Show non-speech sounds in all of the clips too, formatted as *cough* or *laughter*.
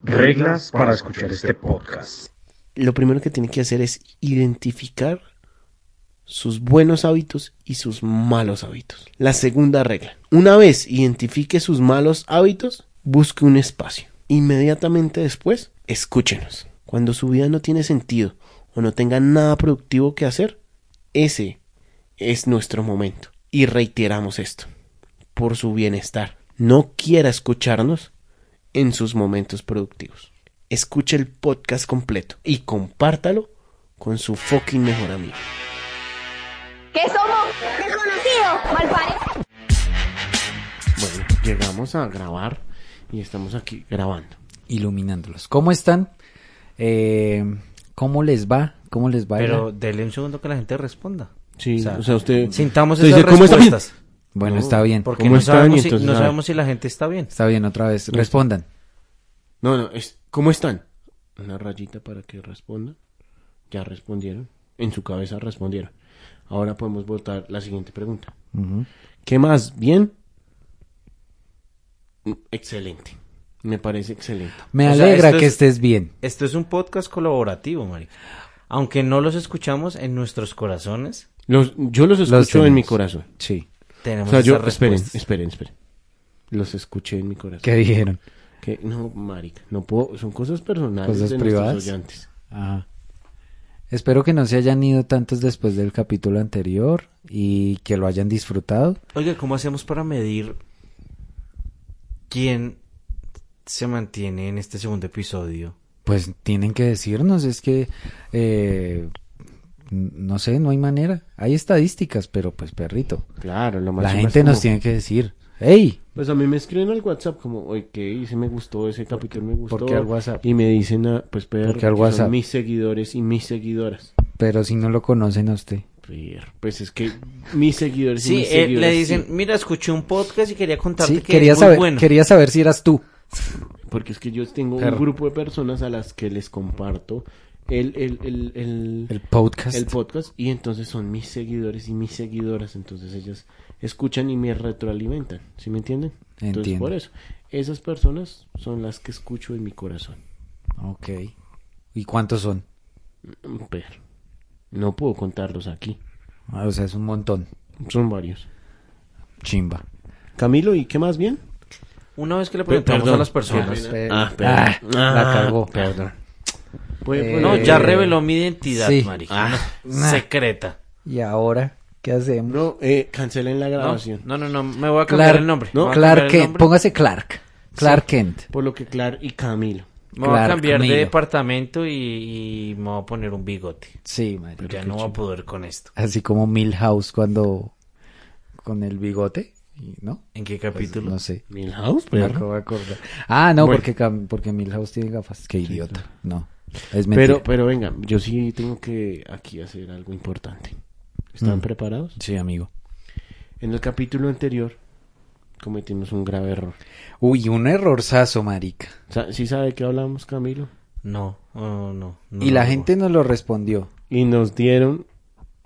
Reglas para escuchar este podcast. Lo primero que tiene que hacer es identificar sus buenos hábitos y sus malos hábitos. La segunda regla. Una vez identifique sus malos hábitos, busque un espacio. Inmediatamente después, escúchenos. Cuando su vida no tiene sentido o no tenga nada productivo que hacer, ese es nuestro momento. Y reiteramos esto, por su bienestar. No quiera escucharnos en sus momentos productivos. Escuche el podcast completo y compártalo con su fucking mejor amigo. ¿Qué somos? Desconocidos, malparidos. Bueno, llegamos a grabar y estamos aquí grabando. iluminándolos. ¿Cómo están? Eh, ¿Cómo les va? ¿Cómo les va? Pero dele un segundo que la gente responda. Sí, O sea, o sea, usted... Sintamos usted esas dice, "¿Cómo está bien?". respuestas. bueno, está bien. Porque ¿Cómo no, están? sabemos Y si, entonces, no ah. sabemos si la gente está bien. Está bien, otra vez. Respondan. No, no, es... ¿cómo están? Una rayita para que respondan. Ya respondieron. En su cabeza respondieron. Ahora podemos votar la siguiente pregunta. ¿Qué más? ¿Bien? Mm, Excelente. Me parece excelente. Me O sea, alegra esto que es- estés bien. Esto es un podcast colaborativo, marica. Aunque no los escuchamos en nuestros corazones, Los- yo los escucho Los en tenemos. mi corazón. Sí. O tenemos sea, yo, esas esperen, respuestas. esperen, esperen. Los escuché en mi corazón. ¿Qué dijeron? Que, no, marica, no puedo, son cosas personales ¿Cosas de nuestros privadas? oyentes. Ajá. Espero que no se hayan ido tantos después del capítulo anterior y que lo hayan disfrutado. Oiga, ¿cómo hacemos para medir quién se mantiene en este segundo episodio? Pues tienen que decirnos, es que eh, n- no sé, no hay manera. Hay estadísticas, pero pues perrito. Claro, lo más La es más gente nos como- tiene que decir, hey, Pues a mí me escriben al WhatsApp como, oye, ¿qué hice? Me gustó ese capítulo, me gustó. por qué al WhatsApp? Y me dicen, ah, pues, perro, ¿Por qué al que WhatsApp? son mis seguidores y mis seguidoras. pero si no lo conocen a usted. Perro, Pues es que mis seguidores y Sí, mis eh, seguidores. le dicen, sí. mira, escuché un podcast y quería contarte Sí, que quería es muy saber, bueno. quería saber si eras tú. Porque es que yo tengo Perro. un grupo de personas a las que les comparto el, el, el, el, El podcast. el podcast y entonces son mis seguidores y mis seguidoras, entonces ellas escuchan y me retroalimentan, ¿sí me entienden? Entonces Entiendo. por eso, esas personas son las que escucho en mi corazón. ok. ¿Y cuántos son? Pero no puedo contarlos aquí, Ah, o sea, es un montón. son varios. Chimba. Camilo, ¿y qué más bien? Una vez que le preguntamos perdón. a las personas. Eh, Ah, perdón. ah, la Ah, Pues, cargó. perdón. Puede- Eh, puede- No, ya Eh, reveló mi identidad, sí. marica. Ah. Una Secreta. ¿Y ahora qué hacemos? No, eh, cancelen la No, grabación. no, no, no, me voy a cambiar el nombre. no, Me voy a Clark cambiar el Kent. nombre. Póngase Clark. Clark Kent. Por lo que Clar y Camilo. Me voy a Clark cambiar Camilo. de departamento y, y me voy a poner un bigote. Sí, madre. ya no voy a poder con esto. Así como Milhouse cuando... Con el bigote, y- ¿no? ¿En qué Pues, capítulo? no sé. Milhouse, Me perro. acabo de acordar. Ah, no, Bueno. porque, cam- porque Milhouse tiene gafas. Qué idiota. No. Es mentira. pues, Pero, pero venga, yo sí tengo que aquí hacer algo importante. ¿Están Mm. preparados? Sí, amigo. En el capítulo anterior cometimos un grave error. Uy, un errorzazo, marica. Sa- ¿Sí sabe de qué hablamos, Camilo? No, oh, no, no, no. y la no. gente nos lo respondió. Y nos dieron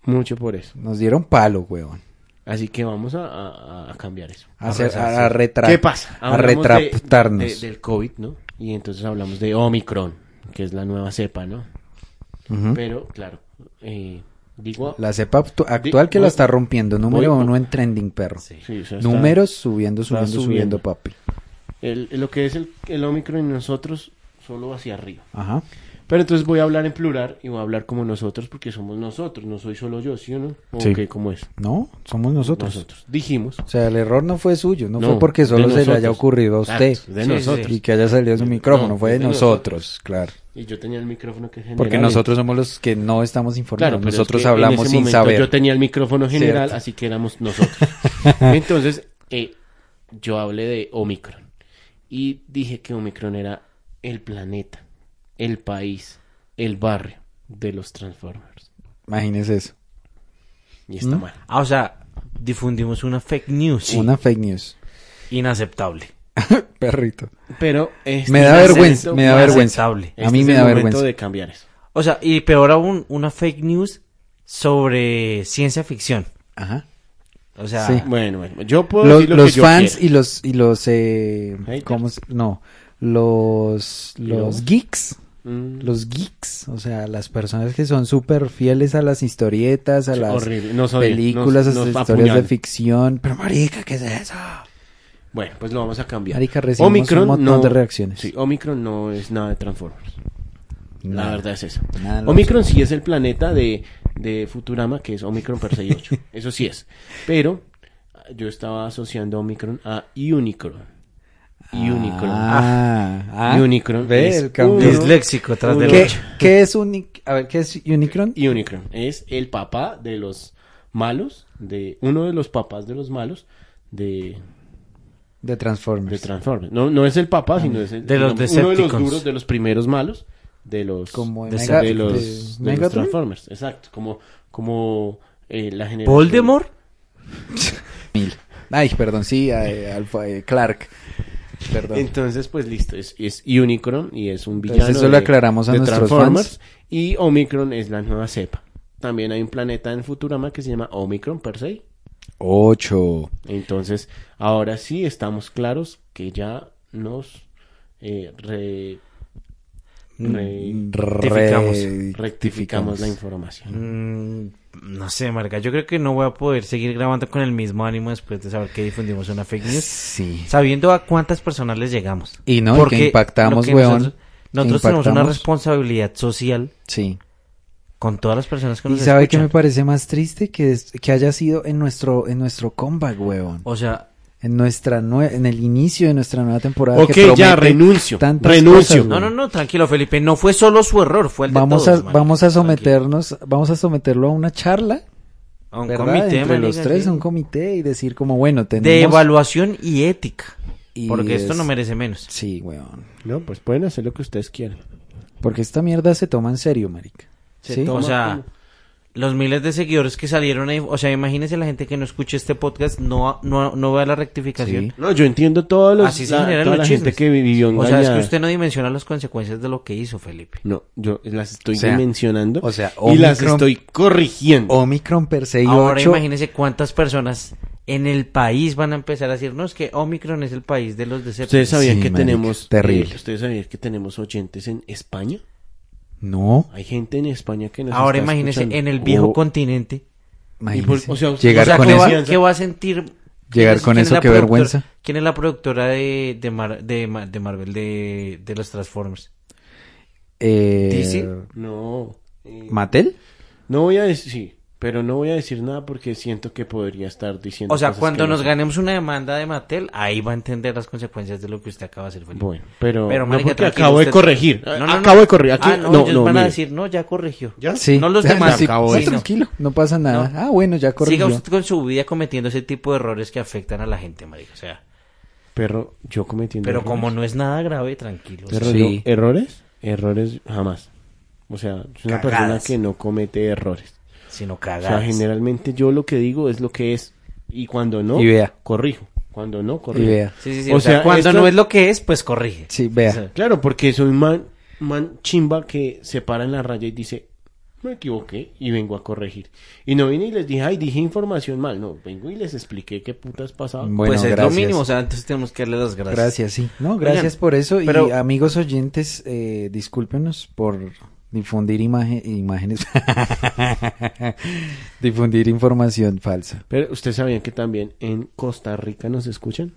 mucho por eso. Nos dieron palo, weón. Así que vamos a, a- a cambiar eso. A, hacer- a, a retra- ¿Qué pasa? A Hablamos de- retractarnos. de- del COVID, ¿no? Y entonces hablamos de Omicron, que es la nueva cepa, ¿no? Ujú. Pero, claro, eh, digo... La cepa actu- actual que la voy- está rompiendo. Número voy- uno en trending, perro. Sí. sí, o sea, está- Números subiendo, está subiendo, subiendo. subiendo, papi. el- lo que es el, el Omicron en nosotros, solo hacia arriba. Ajá. Pero entonces voy a hablar en plural y voy a hablar como nosotros porque somos nosotros, no soy solo yo, ¿sí o no? ¿O Sí. Pues, qué? ¿Cómo es? No, somos nosotros. Nosotros. Dijimos. O sea, el error no fue suyo. No, No, fue porque de solo se le haya nosotros. ocurrido a usted. Exacto, de Sí, nosotros. Y que haya salido su micrófono. No, fue de, de nosotros, claro. Y yo tenía el micrófono que general. Porque nosotros somos los que no estamos informados. Claro, pero es nosotros que en hablamos ese sin momento saber. Yo tenía el micrófono general, Cierto. así que éramos *laughs* nosotros. Entonces, eh, yo hablé de Omicron. Y dije que Omicron era el planeta, el país, el barrio de los Transformers. Imagínese eso. Y ¿Mm? está mal. Ah, o sea, difundimos una fake news Una fake news. *laughs* inaceptable. Perrito. Pero este Me da es el vergüenza, momento- me da vergüenza. inaceptable. A mí este me es da el momento vergüenza. de cambiar eso. O sea, y peor aún, una fake news sobre ciencia ficción. Ajá. O sea, Sí. Bueno, bueno, yo puedo Los, decir lo los que yo fans quiera. y los y los eh, Haters. ¿cómo se- no, los, los geeks. Mm. Los geeks, o sea, las personas que son súper fieles a las historietas, a Sí, las horrible, nos odian, películas, nos- a nos las historias de apuñalan. ficción. Pero, marica, ¿qué es eso? Bueno, pues lo vamos a cambiar. Marica, recibimos un montón de reacciones. Sí, Omicron no es nada de Transformers. La Nada. verdad es eso. Nada, no Omicron sí es el planeta de, de Futurama, que es Omicron Persei *laughs* 8. eso sí es. Pero yo estaba asociando Omicron a Unicron. Unicron. Ah, ah. Unicron Ve es el cambio. uno- Disléxico tras del uno- ¿Qué, qué es unic a ver, ¿qué es Unicron? Unicron es el papá de los malos, de uno de los papás de los malos de, De de Transformers. Transformers. No, no es el papá, sino es el, De los digamos, uno de los Decepticons. duros, de los primeros malos, de los Como de, Mega- de los, de de los Megatron. Transformers. Exacto, como como eh, la generación. ¿Voldemort? Ay, perdón, sí, eh, Alfa- eh, Clark. Perdón. Entonces, pues listo, es, es Unicron y es un villano. Entonces, eso lo aclaramos a nuestros Y Omicron es la nueva cepa. También hay un planeta en Futurama que se llama Omicron Persei. Ocho. Entonces, ahora sí estamos claros que ya nos eh, re- re- Rectificamos. rectificamos la información. Mm, no sé, Marca. Yo creo que no voy a poder seguir grabando con el mismo ánimo después de saber que difundimos una fake news. Sí. Sabiendo a cuántas personas les llegamos. Y no, y que impactamos, lo weón. Nosotros, nosotros Que tenemos una impactamos. responsabilidad social Sí. con todas las personas que ¿Y nos sabe qué me escuchan. parece más triste? Que, es- que haya sido en nuestro, en nuestro comeback, weón. O sea, En nuestra nue- en el inicio de nuestra nueva temporada. Ok, que promete ya, renuncio, tantas renuncio. cosas, no, weón. no, no, tranquilo, Felipe. No fue solo su error, fue el de Vamos a, todos, marica. vamos a Tranquilo. someternos, vamos a someterlo a una charla, A un ¿verdad? comité, Entre los marica, tres, sí. un comité y decir como, bueno, tenemos... de evaluación y ética. Y Porque esto es- no merece menos. Sí, weón. No, pues pueden hacer lo que ustedes quieran. Porque esta mierda se toma en serio, marica. Se ¿Sí? toma- O sea, como- los miles de seguidores que salieron ahí, o sea, imagínense la gente que no escuche este podcast, no, no, no vea la rectificación. Sí. No, yo entiendo todos los, Así se la, generan toda los la gente chismes. que vivió O sea, engañada. es que usted no dimensiona las consecuencias de lo que hizo, Felipe. No, yo las estoy O sea, dimensionando o sea, y las Omicron- estoy corrigiendo. Omicron Persei Ahora 8. imagínense cuántas personas en el país van a empezar a decirnos que Omicron es el país de los Ustedes deceptos. sabían Sí, que marica, tenemos terrible. eh, ustedes sabían que tenemos oyentes en España. No, Hay gente en España que nos Ahora está imagínense escuchando. en el viejo Oh. continente. imagínese. por- o sea, llegar o sea, con ¿qué, eso. va, qué va a sentir? Llegar ¿Quién es- con quién es eso, la qué productora- vergüenza. ¿Quién es la productora de, de, Mar- de, Ma- de Marvel, de, de los Transformers? Eh, ¿DC? No. eh, ¿Matel? No voy a decir, sí, pero no voy a decir nada porque siento que podría estar diciendo. O sea, cosas cuando que no nos son. ganemos una demanda de Mattel, ahí va a entender las consecuencias de lo que usted acaba de hacer, Felipe. Bueno, pero. Pero, no, marica, porque tranquilo, acabo de usted- corregir. No, no, Ah, no. acabo de corregir. Aquí, Ah, no, no, no, ellos van mire. a decir, no, ya corrigió. Sí. No los *laughs* *laughs* Ya, demás. acabó Sí, de- no. tranquilo, no pasa nada. Ah, bueno, ya Siga corrigió. usted con su vida cometiendo ese tipo de errores que afectan a la gente, marica. O sea, Perro, yo cometiendo. pero errores. como no es nada grave, tranquilo. Perro, Sí. yo- ¿Errores? Errores jamás. O sea, soy una persona Cagadas. que no comete errores. Sino O sea, cagadas. generalmente yo lo que digo es lo que es. Y cuando no, Y vea. corrijo. Cuando no, Y corrijo. vea. Sí, sí, sí, O O, sea, sea, cuando esto- no es lo que es, pues corrige. Sí, vea. O sea, Claro, porque soy un man, man chimba que se para en la raya y dice, me equivoqué y vengo a corregir. Y no vine y les dije, ay, dije información mal. No, vengo y les expliqué qué putas pasaba. Bueno, pues es gracias. lo mínimo. O sea, entonces tenemos que darle las gracias. Gracias, sí. No, gracias Oigan, por eso. y pero- amigos oyentes, eh, discúlpenos por difundir imagen, imágenes. *laughs* difundir información falsa. Pero ustedes sabían que también en Costa Rica nos escuchan.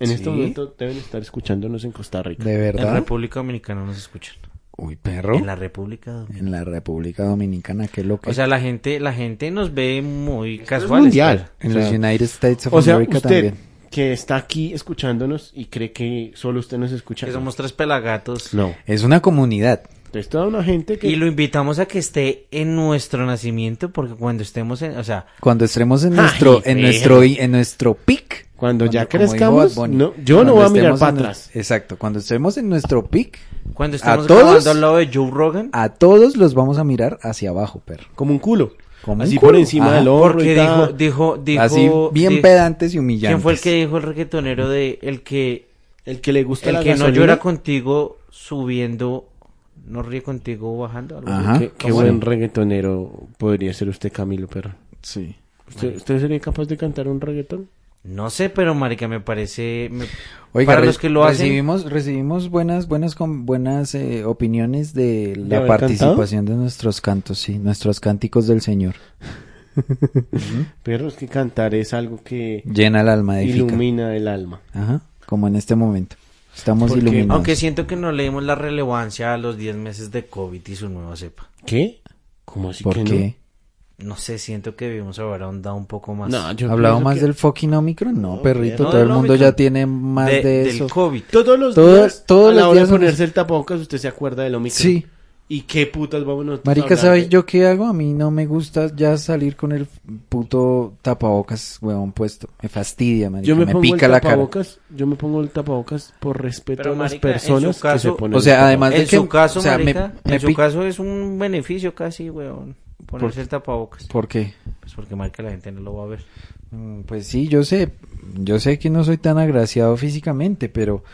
En este momento deben estar escuchándonos en Costa Rica. ¿De En verdad? República Dominicana nos escuchan. Uy, perro. En la República Dominicana. En la República Dominicana, qué loco. O sea, la gente, la gente nos ve muy Es casuales. mundial. en O sea, los United States of o sea, America usted también. que está aquí escuchándonos y cree que solo usted nos escucha. Que somos tres pelagatos. No. Es una comunidad. Es toda una gente que... Y lo invitamos a que esté en nuestro nacimiento, porque cuando estemos en, o sea, Cuando estemos en nuestro, en perro. nuestro, en nuestro peak. Cuando ya como dijo crezcamos, Bad Bunny, no- yo no cuando voy a mirar estemos para en nu- atrás. Exacto, cuando estemos en nuestro peak, cuando ¿A estemos todos? grabando al lado de Joe Rogan, a todos los vamos a mirar hacia abajo, perro. Como un culo. Como Así un culo. por encima Ajá. del hombro porque y tal. dijo, dijo, dijo, Así, bien di- pedantes y humillantes. ¿Quién fue el que dijo el reggaetonero de el que, El que le gusta el la que no gasolina. llora contigo subiendo, no ríe contigo bajando? algo así? Ajá. Qué, qué ¿Cómo buen no? reggaetonero podría ser usted, Camilo Perro. Sí. ¿Usted, usted sería capaz de cantar un reggaetón? No sé, pero marica, me parece... me- Oiga, para re- los que lo hacen... recibimos, recibimos buenas, buenas, con buenas eh, opiniones de la haber participación de nuestros cantos, sí, nuestros cánticos del Señor. Pero es que cantar es algo que Llena el alma de ilumina el alma. Ajá, como en este momento. Estamos porque- iluminados. aunque siento que no le dimos la relevancia a los 10 meses de COVID y su nueva cepa. ¿Qué? ¿Cómo así ¿Por que qué? No sé, siento que debimos haber ahondado un poco más. no? No, yo ¿Hablado pienso más que del fucking Omicron? No, No, perrito, no todo el del mundo Omicron. ya tiene más de, del eso. COVID. Todos los Todo- días, todos a la los hora días de son- ponerse el tapabocas, usted se acuerda del Omicron. Sí, ¿Y qué putas vamos nosotros a marica, hablar ¿sabes de- yo qué hago? A mí no me gusta ya salir con el puto tapabocas, huevón, puesto. Me fastidia, marica, Yo me, pongo pica el la cara. tapabocas, yo me pongo el tapabocas por respeto Pero, a las marica, en personas su caso- que se ponen O sea, el tapabocas. además de en que... su caso, o sea, me- marica, me en su pica- caso es un beneficio casi, weón. Ponerse el tapabocas. ¿Por qué? Pues porque marca la gente no lo va a ver. Mm, Pues sí, yo sé, yo sé que no soy tan agraciado físicamente, pero,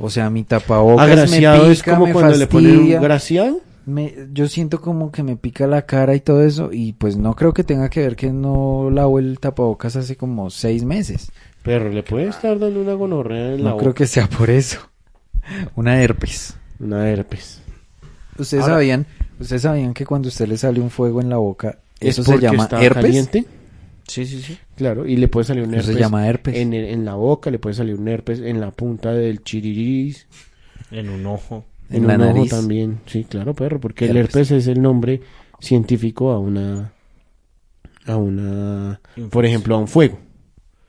o sea, mi tapabocas agraciado me es pica, como me cuando le ponen un fastidia, graciado. me- yo siento como que me pica la cara y todo eso, y pues no creo que tenga que ver que no lavo el tapabocas hace como seis meses. Pero le puede estar dando una gonorrea en la No creo boca. que sea por eso. *laughs* Una herpes. Una herpes. Ustedes Ahora- sabían, ustedes sabían que cuando a usted le sale un fuego en la boca, eso ¿Es se porque llama está herpes. caliente? Sí, sí, sí. Claro, y le puede salir un Eso herpes. se llama herpes. En, el- en la boca, le puede salir un herpes en la punta del chiriris. En un ojo. En la un ojo nariz. también. Sí, claro, perro, porque el Herpes. herpes es el nombre científico a una. A una. Por ejemplo, a un fuego.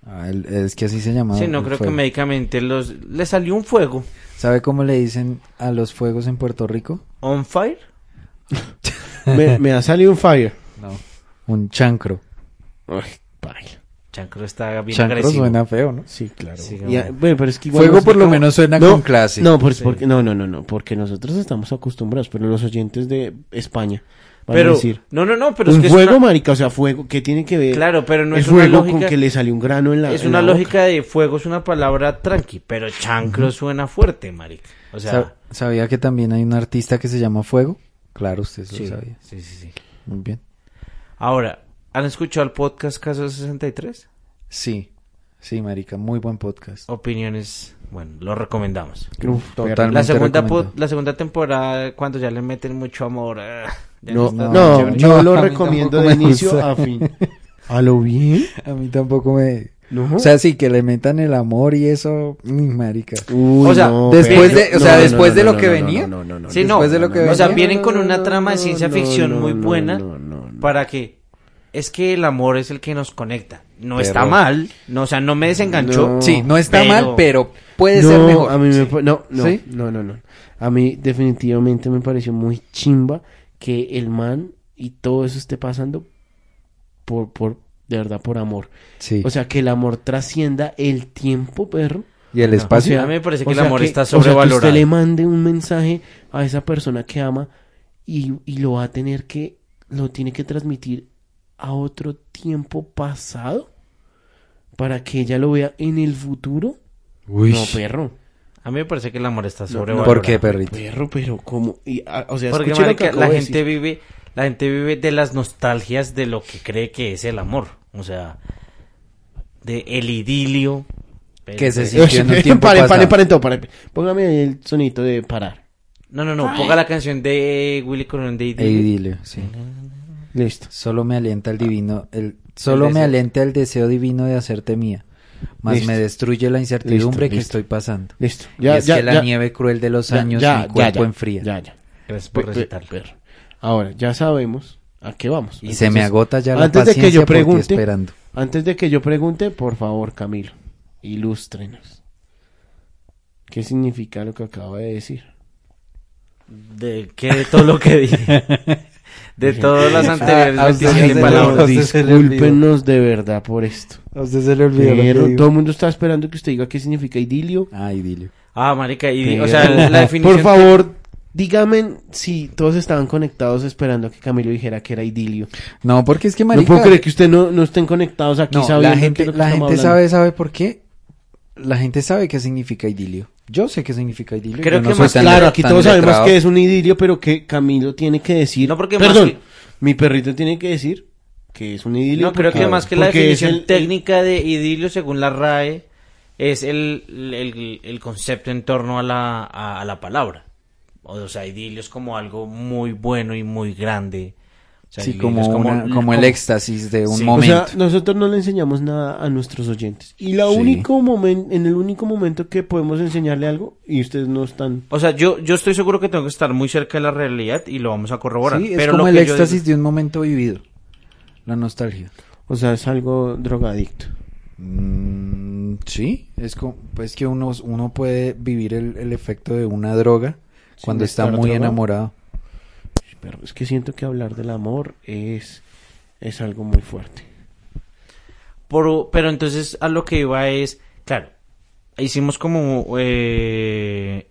Ah, el- es que así se llama. sí, no el creo Ah, fuego. que médicamente los... Le salió un fuego. ¿Sabe cómo le dicen a los fuegos en Puerto Rico? On fire. Me, me ha salido un fire. No. Un chancro. Ay, paila. Chancro está bien chancro agresivo. suena feo, ¿no? Sí, claro. Sí, Y a- como- bueno, pero es que igual Fuego sé por lo cómo- menos suena No, con clase. No, pues, porque, no, no, no, no, porque nosotros estamos acostumbrados, pero los oyentes de España van Pero... a decir. No, no, no, pero un es que es fuego, una- marica, o sea, fuego, ¿qué tiene que ver? Claro, pero no el es una fuego con lógica- que le salió un grano en la Es en una la boca. lógica de fuego, es una palabra tranqui, pero chancro suena fuerte, marica. O sea, Sa- ¿Sabía que también hay un artista que se llama Fuego? Claro, usted eso sí, lo sabía. sí, sí, sí. Muy bien. Ahora, ¿han escuchado el podcast Caso 63? Sí. Sí, marica, muy buen podcast. Opiniones, bueno, lo recomendamos. Uf, totalmente La segunda, po- recomendado. la segunda temporada, cuando ya le meten mucho amor. ah, ya No, está No, no, yo- yo no, a lo mí recomiendo tampoco de me inicio gusta. a fin. ¿A lo bien? A mí tampoco me... No. O sea, sí, que le metan el amor y eso, mm, marica. Uy, O sea, después de- o sea, no, después no, de no, lo que no, venía. No, no, no, no, Sí, no, no. Después de lo que o sea, venía. vienen con una No, trama de no, ciencia no, ficción no, muy no, buena no, no, no. para que es que el amor es el que nos conecta. No Pero- está mal, no, o sea, no me desenganchó. No, sí, no está pero- mal, pero puede no, ser mejor. A mí me pa- no, no, ¿Sí? no, no, no. A mí definitivamente me pareció muy chimba que el man y todo eso esté pasando por, por, de verdad, por amor. Sí. O sea, que el amor trascienda el tiempo, perro. y el No, espacio... o sea, a mí me parece o que el sea amor está o sea, que sobrevalorado. usted le mande un mensaje a esa persona que ama y, y lo va a tener que, lo tiene que transmitir a otro tiempo pasado para que ella lo vea en el futuro. Uy. No, perro. A mí me parece que el amor está no, sobrevalorado. ¿Por qué, perrito? Perro, pero como, o sea, escuche Porque lo que marica, acabo la de gente decir. vive, la gente vive de las nostalgias de lo que cree que es el amor, o sea, de el idilio. pero- pues Que se pero- sintió en un *laughs* tiempo Paren, pasado. paren, paren todo, paren. Póngame el sonito de parar. No, no, no, ponga la canción de Willy Colón de idilio. Ey, dile, sí. Listo. Solo me alienta el divino, el, solo El me deseo. alienta el deseo divino de hacerte mía, mas Listo. me destruye la incertidumbre Listo, que listo. estoy pasando. Listo. Y es que la nieve cruel de los ya, años ya, mi ya, cuerpo ya, enfría. Ya, ya. Gracias por Pe- pe- recitarlo. perro. Ahora, ya sabemos a qué vamos. Y se me agota ya la antes de paciencia que yo por ti pregunte, esperando. Antes de que yo pregunte, por favor, Camilo, ilústrenos. ¿Qué significa lo que acaba de decir? De que de todo lo que dije. *laughs* De todas las anteriores Ah, a usted 27 se le- palabras. usted se le olvidó. Discúlpenos de verdad por esto. A usted se le Pero todo el mundo está esperando que usted diga qué significa idilio. Ay, dile. Ah, marica, y, Pero- o sea, la definición... *laughs* Por favor, dígame si todos estaban conectados esperando a que Camilo dijera que era idilio. No, porque es que no marica, puedo creer que usted no, no estén conectados aquí no, sabiendo la qué es gente, lo que la estamos gente hablando. sabe, sabe por qué. La gente sabe qué significa idilio. Yo sé qué significa idilio. Creo yo no que soy más tan Claro, letra- aquí tan todos sabemos letrado. que es un idilio, pero que Camilo tiene que decir. No, porque más Perdón, que- mi perrito tiene que decir que es un idilio. No, creo porque- que más que la porque es definición el- técnica de idilio, según la RAE, es el, el- el concepto en torno a la, a, a la palabra. O sea, idilio es como algo muy bueno y muy grande. O sea, Sí, idilio como, es una- como el éxtasis de un Sí. O sea, momento. nosotros no le enseñamos nada a nuestros oyentes. Y la Sí. único momento, en el único momento que podemos enseñarle algo, y ustedes no están. O sea, yo, yo estoy seguro que tengo que estar muy cerca de la realidad y lo vamos a corroborar. Sí, es pero como lo el que yo éxtasis digo- de un momento vivido. La nostalgia. O sea, es algo drogadicto. Mm, sí, es como, pues que uno, uno puede vivir el, el efecto de una droga cuando está estar muy drogado. enamorado. Pero es que siento que hablar del amor es, es algo muy fuerte. Pero, pero entonces a lo que iba es, claro, hicimos como, eh,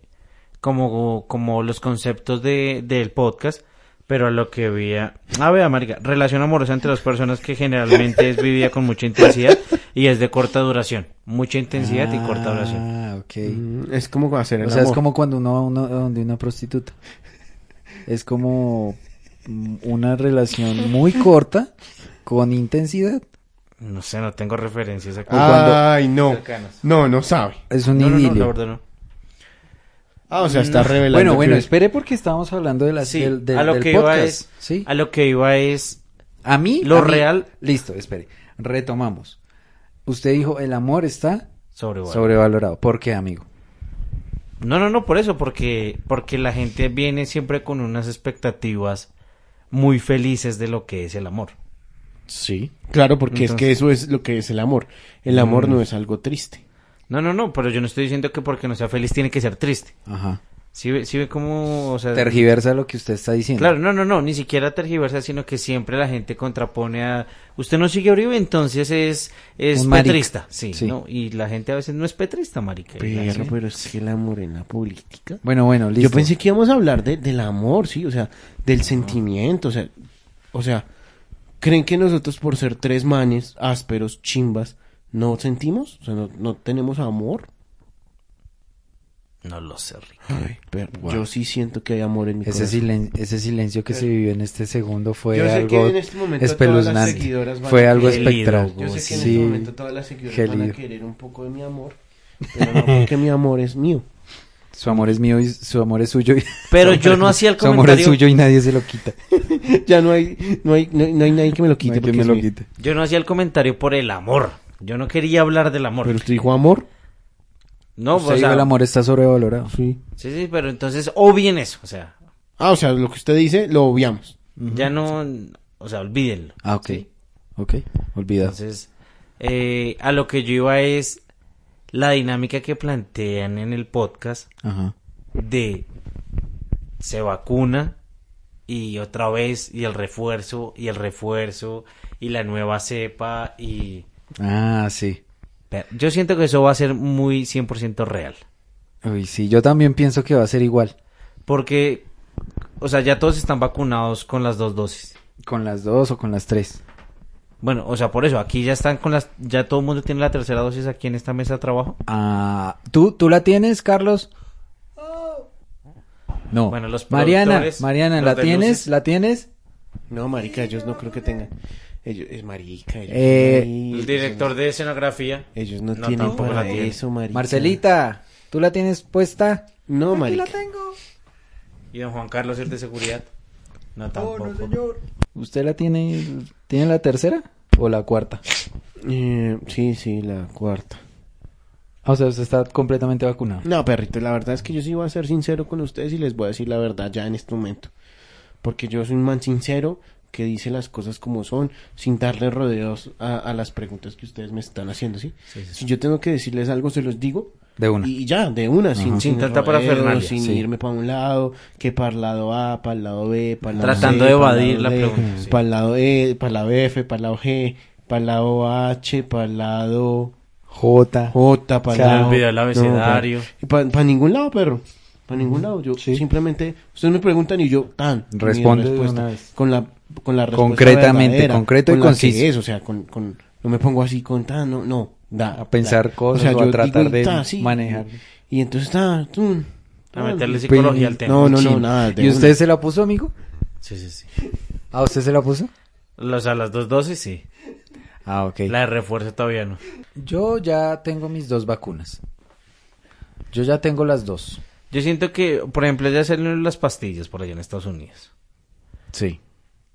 como, como los conceptos de, del podcast, pero a lo que había, a ver, marica, relación amorosa entre las personas que generalmente es vivida con mucha intensidad y es de corta duración, mucha intensidad y corta duración. Ah, ok. Mm, Es como hacer el O sea, es amor. como cuando uno va a una- a donde una prostituta. Es como mm, una relación muy corta con intensidad. No sé, no tengo referencias Ah, aquí. Ay, no. Cercanas. No, no sabe. Es un No, no, no, idilio. la verdad no. Ah, o sea, está revelando. Mm. Bueno, que- bueno, espere porque estábamos hablando de la, Sí, del, del- a lo del que iba podcast. es, sí. a lo que iba es, A mí. Lo a mí- real- Listo, espere. Retomamos. Usted dijo, el amor está sobrevalorado. sobrevalorado. ¿Por qué, amigo? No, no, no, por eso, porque, porque la gente viene siempre con unas expectativas muy felices de lo que es el amor. Sí. Claro, porque es que eso es lo que es el amor. El amor Mm. no es algo triste. No, no, no, pero yo no estoy diciendo que porque no sea feliz tiene que ser triste. Ajá. Si ve, sí ve cómo, o sea, Tergiversa lo que usted está diciendo. Eh, claro, no, no, no, ni siquiera tergiversa, sino que siempre la gente contrapone a usted no sigue a Uribe, entonces es es Un marica. petrista, sí, Sí. pues, ¿no? Y la gente a veces no es petrista, marica. y la Pero, gente- pero es que el amor en la política. Bueno, bueno, listo. Yo pensé que íbamos a hablar de- del amor, sí, o sea, del sentimiento, o sea, o sea, ¿creen que nosotros por ser tres manes, ásperos, chimbas, no sentimos? O sea, no, no tenemos amor. No lo sé, Rick. Pero Yo sí siento que hay amor en mi Ese, corazón. silen- ese silencio que se vivió en este segundo fue Eh, Yo sé algo que en este momento todas las espeluznante. seguidoras van a- Fue algo Qué lindo, espectral. Yo sé este que Sí. todas las seguidoras Qué lío. querer un poco de mi amor, pero *laughs* no porque mi amor es mío. Su amor es mío y su amor es suyo. y- *laughs* *laughs* Pero yo no hacía el Su amor es comentario. suyo y nadie se lo quita. ya no hay, no hay, no, hay- no hay nadie que me lo No quite hay porque quien me es lo mío. quite. Yo no hacía el comentario por el amor. Yo no quería hablar del amor. Pero usted dijo amor, no, Usted o dijo, sea, el amor está sobrevalorado. sí. Sí, sí, pero entonces o bien eso, o sea, Ah, o sea, lo que usted dice lo obviamos. ya no, o sea, olvídenlo. Ah, ok. ¿sí? Ok, olvidado. Entonces, eh, a lo que yo iba es la dinámica que plantean en el podcast Ajá. de se vacuna y otra vez y el refuerzo y el refuerzo y la nueva cepa y Ah, sí. Pero yo siento que eso va a ser muy 100% real. Uy, sí, yo también pienso que va a ser igual. Porque, o sea, ya todos están vacunados con las dos dosis. Con las dos o con las tres. Bueno, o sea, por eso, aquí ya están con las, ya todo el mundo tiene la tercera dosis aquí en esta mesa de trabajo. Ah, ¿tú, ¿tú la tienes, Carlos? No. Bueno, los Mariana, productores, Mariana, los ¿la de tienes? luces. ¿La tienes? No, marica, ellos no creo que tengan. Ellos, es marica. Ellos, Eh, Ay, El director de escenografía. Ellos no, No, tienen tampoco para la tiene. eso, marica. Marcelita, ¿tú la tienes puesta? No, Aquí marica. la tengo. Y don Juan Carlos, el de seguridad. No, tampoco. ¿Usted la tiene, tiene la tercera o la cuarta? Eh, sí, sí, la cuarta. O sea, usted está completamente vacunado. No, perrito, la verdad es que yo sí voy a ser sincero con ustedes y les voy a decir la verdad ya en este momento. Porque yo soy un man sincero que dice las cosas como son, sin darle rodeos a, a las preguntas que ustedes me están haciendo, ¿sí? Si yo tengo que decirles algo, se los digo. De una. Y ya, de una, sin, Sin tanta parafernalia, Sin sí. irme para un lado, que para el lado A, para el lado B, para el lado Tratando C, de pa'l evadir lado la D, pregunta, sí. Para el lado E, para el lado F, para el lado G, para el lado H, para el lado J. J, para Se le olvidó el abecedario. para ningún lado, perro. Para ningún lado. Yo Sí. simplemente, ustedes me preguntan y yo, tan. mi Responde de respuesta, una vez. Con la, con la respuesta Concretamente, verdadera, concreto y con la que conciso. es, o sea, con, con, no me pongo así con tan, no, no. Da, A pensar da. cosas o a yo tratar de ta, sí, manejar. Y, y entonces está, A meterle psicología al tema. No, no, no, Chin. nada. de ¿Y una. usted se la puso, amigo? Sí, sí, sí. ¿A usted se la puso? Los a las dos dosis sí. Ah, ok. La de refuerzo todavía no. Yo ya tengo mis dos vacunas. Yo ya tengo las dos. Yo siento que, por ejemplo, ya salieron las pastillas por allá en Estados Unidos. Sí.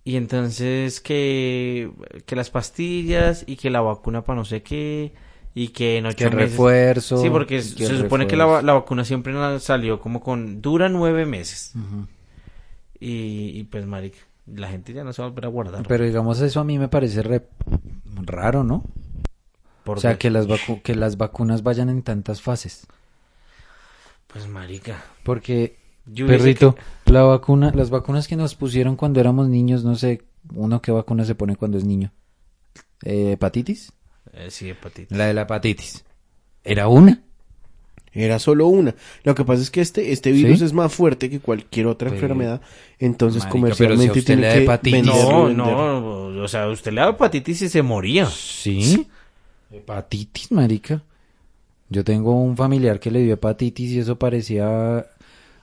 Y entonces que, que las pastillas y que la vacuna para no sé qué y que en Que ocho el meses... refuerzo. Sí, porque y se que el se supone que la, refuerzo. la vacuna siempre la- salió como con... Dura nueve meses. Ujú. Y, y pues, marica, la gente ya no se va a volver a guardar. Pero digamos, eso a mí me parece re- raro, ¿no? ¿Por O sea, qué? que las, vacu- que las vacunas vayan en tantas fases. Pues, marica... Porque, Yo hubiese perrito, la vacuna, las vacunas que nos pusieron cuando éramos niños, no sé, uno qué vacuna se pone cuando es niño. Eh, ¿Hepatitis? Eh, sí, hepatitis. La de la hepatitis. ¿Era una? Era solo una. Lo que pasa es que este, este virus ¿Sí? es más fuerte que cualquier otra Sí. enfermedad. Entonces, Marica, comercialmente pero si a usted tiene le da que hepatitis. No, venderlo Ah, y venderlo. no, o sea, usted le da hepatitis y se moría. Sí. Hepatitis, marica. Yo tengo un familiar que le dio hepatitis y eso parecía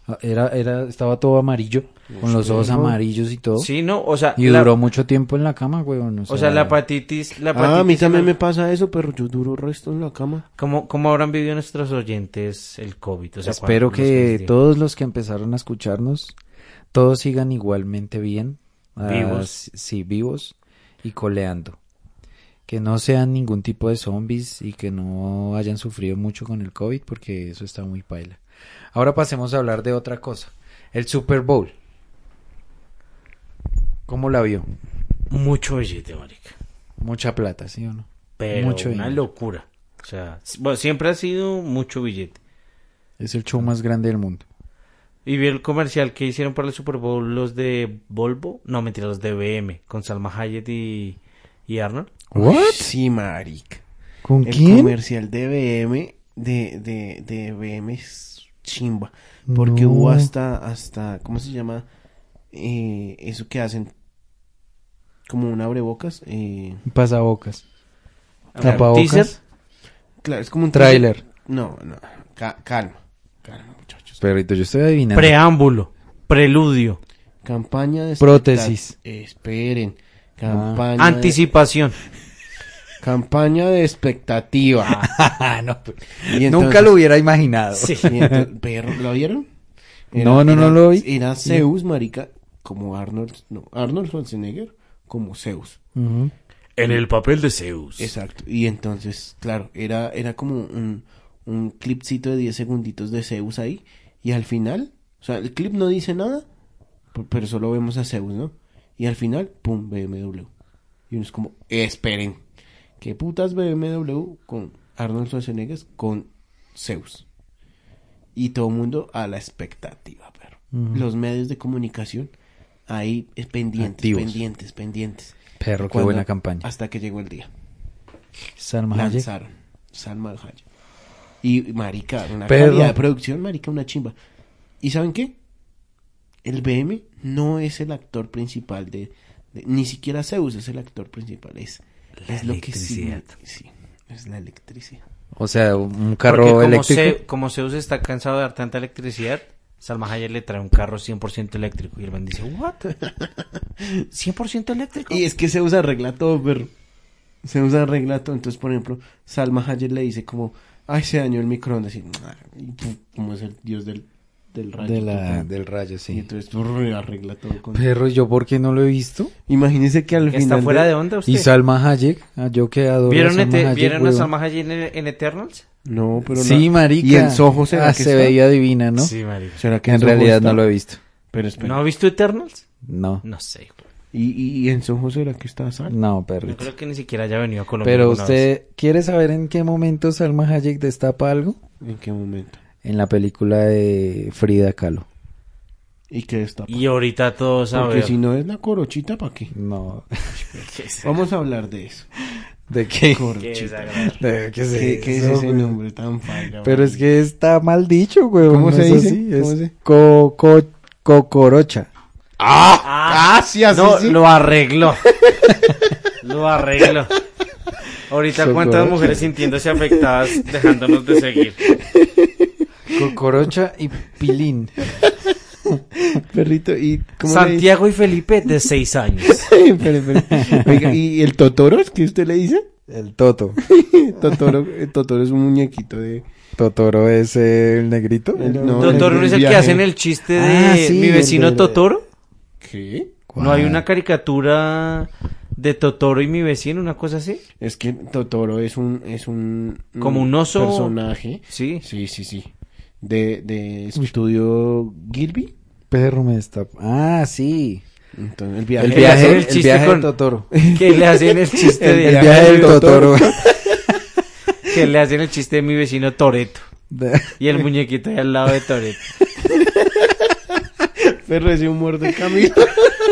ah, era era estaba todo amarillo, con los ojos amarillos y todo. Sí, no, o sea, Y la- duró mucho tiempo en la cama, güey. O, o sea, la hepatitis, la hepatitis Ah, a mí también la- me pasa eso, pero yo duro resto en la cama. ¿Cómo, cómo habrán vivido nuestros oyentes el COVID? O sea, espero ¿cuántos les que dio? todos los que empezaron a escucharnos todos sigan igualmente bien, ah, Vivos. sí, vivos y coleando. Que no sean ningún tipo de zombies y que no hayan sufrido mucho con el COVID porque eso está muy paila. Ahora pasemos a hablar de otra cosa. El Super Bowl. ¿Cómo la vio? Mucho billete, marica. Mucha plata, ¿sí o no? Pero Mucho una dinero. locura. O sea, s- bueno, siempre ha sido mucho billete. Es el show más grande del mundo. Y vi el comercial que hicieron para el Super Bowl los de Volvo. No, mentira, los de BM. Con Salma Hayek y, y Arnold. Uy, Sí, marica. ¿Con El quién? comercial de BM, de, de, de BM es chimba. Porque No. hubo hasta, hasta, ¿cómo se llama? Eh, eso que hacen como un abrebocas. Eh, Pasabocas. Claro, Tapabocas. teaser. claro, es como un Tráiler. teaser. No, no, ca- calma. Calma, muchachos. Perrito, yo estoy adivinando. Preámbulo. Preludio. Campaña de... Prótesis. espectac- Esperen. Campaña, de- Anticipación. campaña de expectativa. *laughs* No, pues, Y Nunca entonces- lo hubiera imaginado. Y ento- perro, ¿Lo vieron? No, no, no lo vi. Era Zeus, marica, como Arnold, no, Arnold Schwarzenegger como Zeus. Ujú. En el papel de Zeus. Exacto. Y entonces, claro, era, era como un, un clipcito de 10 segunditos de Zeus ahí. Y al final, o sea, el clip no dice nada, p- pero solo vemos a Zeus, ¿no? Y al final, pum, BMW. Y uno es como, esperen. ¿Qué putas BMW con Arnold Schwarzenegger con Zeus? Y todo el mundo a la expectativa, pero los medios de comunicación ahí eh, pendientes, Activos. pendientes, pendientes. Perro, qué Cuando- buena campaña. Hasta que llegó el día Salma Hayek. lanzaron Salma Hayek. Y marica, una Pero- calidad de producción, marica, una chimba. ¿Y saben qué? El BM no es el actor principal de, de- ni siquiera Zeus es el actor principal, es La es lo que sí, electricidad. sí, es la electricidad. O sea, un Porque carro como, eléctrico. Ze- como Zeus está cansado de dar tanta electricidad, Salma Hayek le trae un carro 100% eléctrico. Y el man dice, ¿what? *laughs* ¿100% eléctrico? Y es que Zeus arregla todo, pero Zeus arregla todo, entonces por ejemplo, Salma Hayek le dice como, "Ay, se dañó el microondas." Y, y, puf, como es el dios del del rayo. de la, pum, del rayo, Y sí. entonces *laughs* brr, arregla todo con Perro, ¿y yo por qué no lo he visto? Imagínese que al ¿Está final. fuera de onda usted? Y Salma Hayek. ah, Yo que adoro ¿Vieron, a Salma ete- Hayek, ¿vieron a weón. Salma Hayek en, en Eternals? No, pero. Sí, la- marica. Y en Soho será Ah, que se está? veía divina, ¿no? Sí, marica. ¿Será que En Soho realidad está? no lo he visto. Pero espera. ¿No ha visto Eternals? No, No sé. güey. ¿Y, y, y en Soho será que está Sal? no, No perrito. creo que ni siquiera haya venido a Colombia. Pero alguna vez. usted, ¿quiere saber en qué momento Salma Hayek destapa algo? ¿En qué momento? En la película de Frida Kahlo. ¿Y qué está? Y ahorita todos Porque saben. si no es la corochita, ¿para qué? No. *laughs* Vamos a hablar de *laughs* eso. ¿De qué? Corochita. *laughs* ¿De Eh, qué, es ¿Qué, qué es eso, ese güey? nombre tan falla? Pero es que está mal dicho, güey. ¿Cómo no se es dice? así, ¿Cómo es se- co- co- cocorocha. ¡Ah! sí, así, no, sí. lo arregló. *laughs* lo arregló. Ahorita cuántas mujeres sintiéndose afectadas dejándonos de seguir. Cocorocha y pilín. Perrito y... ¿cómo le Santiago y Felipe de seis años. dice? *laughs* Pero, pero, oiga, ¿y el Totoro es que usted le dice? El Toto. Totoro, eh, Totoro es un muñequito de... Totoro es eh, el negrito. El- no. Totoro del es el que viaje. hacen el chiste de Ah, sí, mi el vecino del- Totoro. ¿Qué? ¿Cuál? No hay una caricatura de Totoro y mi vecino, una cosa así. Es que Totoro es un... Es un Como un oso. Personaje. Sí. Sí, sí, sí. De, de estudio Gilby. Perro me está... Ah, sí. Entonces, el El viaje... *laughs* viaje- viaje, el el chiste viaje con- del Totoro. Que le hacen el chiste de El viaje del Totoro. *laughs* que le hacen el chiste de mi vecino Toreto. De- Y el muñequito ahí al lado de Toreto. Perro ese humor de Camilo.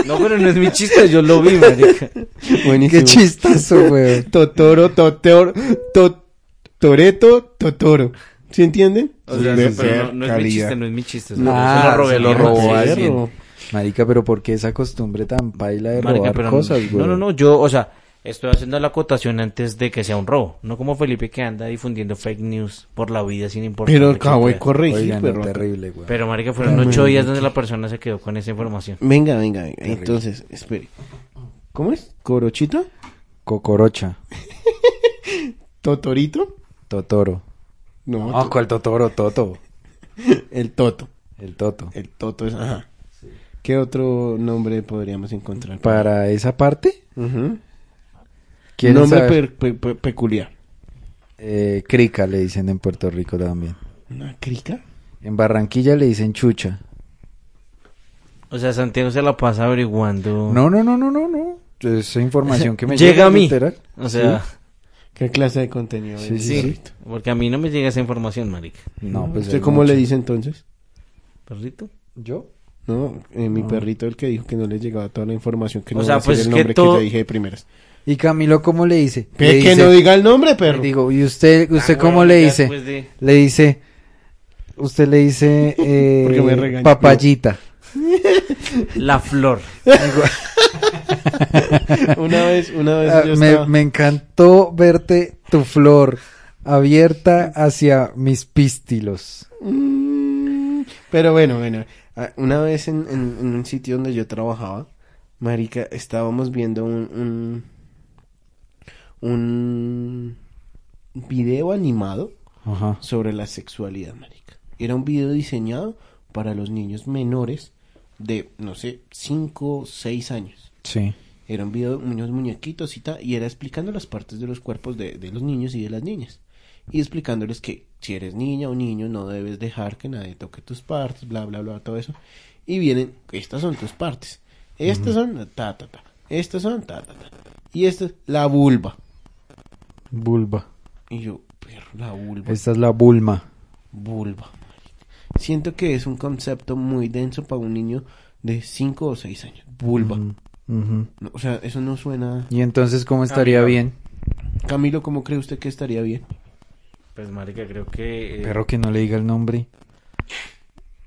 No, pero no es mi chiste, yo lo vi, marica. Buenísimo. Qué chistazo, güey. Totoro, Totoro, to, Toreto, Totoro. ¿Sí entienden? O sea, Sí, no, pero sí, no, no es mi calidad. chiste, no es mi chiste. o sea, Nah, se lo robé, se lo lo robó robó alguien. Perro. Marica, pero ¿por qué esa costumbre tan paila de Marica, robar pero cosas, no, güey? no, no, yo, o sea, estoy haciendo la acotación antes de que sea un robo. No como Felipe que anda difundiendo fake news por la vida sin importar. Pero lo que acabo de sea. corregir, Oigan, perro. terrible, güey. Pero, marica, fueron ocho días donde la persona se quedó con esa información. Venga, venga, venga. Entonces, espere. ¿Cómo es? ¿Corochito? Cocorocha, ¿Totorito? Totoro. No, No, Ah, ¿cuál Totoro? Toto. to- el Toto. El Toto. El Toto es, ajá. ¿Qué otro nombre podríamos encontrar? Para esa parte, Ujú. ¿quieren Nombre saber? per- pe- pe- peculiar. Eh, crica le dicen en Puerto Rico también. ¿Una crica? En Barranquilla le dicen chucha. O sea, Santiago se la pasa averiguando. No, no, no, no, no, no. Esa información que me Llega a mí. literal. O sea, ¿Qué clase de contenido? Sí, es? sí, porque a mí no me llega esa información, marica. No, pues ¿Usted es cómo mucho. le dice entonces? Perrito. ¿Yo? No, eh, mi perrito el que dijo que no le llegaba toda la información que O no va sea, a decir pues el que nombre que, todo- yo dije de primeras. ¿Y Camilo cómo le dice? Le que dice- no diga el nombre, perro. Digo, ¿y usted, usted Ah, cómo bueno, le ya dice? después de- Le dice, usted le dice, *laughs* eh, Porque me regañó. papayita. *laughs* La flor. *laughs* una vez, una vez Ah, yo me, estaba- me encantó verte tu flor abierta hacia mis pístilos. Mm, Pero bueno, bueno. Ah, Una vez en, en- en un sitio donde yo trabajaba, marica, estábamos viendo un... un, un video animado Ajá. sobre la sexualidad, marica. Era un video diseñado para los niños menores de, no sé, 5, 6 años. Sí. Era un video, unos muñequitos y tal, y era explicando las partes de los cuerpos de, de los niños y de las niñas. Y explicándoles que si eres niña o niño no debes dejar que nadie toque tus partes, bla, bla, bla, todo eso. Y vienen, estas son tus partes. Estas son, ta, ta, ta. Estas son, ta, ta, ta. Y esta es la vulva. Vulva. Y yo, perro, la vulva. Esta es la vulma. Vulva. marica. Siento que es un concepto muy denso para un niño de 5 o 6 años. Vulva. Ujú. No, o sea, eso no suena... Y entonces, ¿cómo estaría Ah, Camilo. bien? Camilo, ¿cómo cree usted que estaría bien? Pues, marica, creo que... eh, Pero que no le diga el nombre.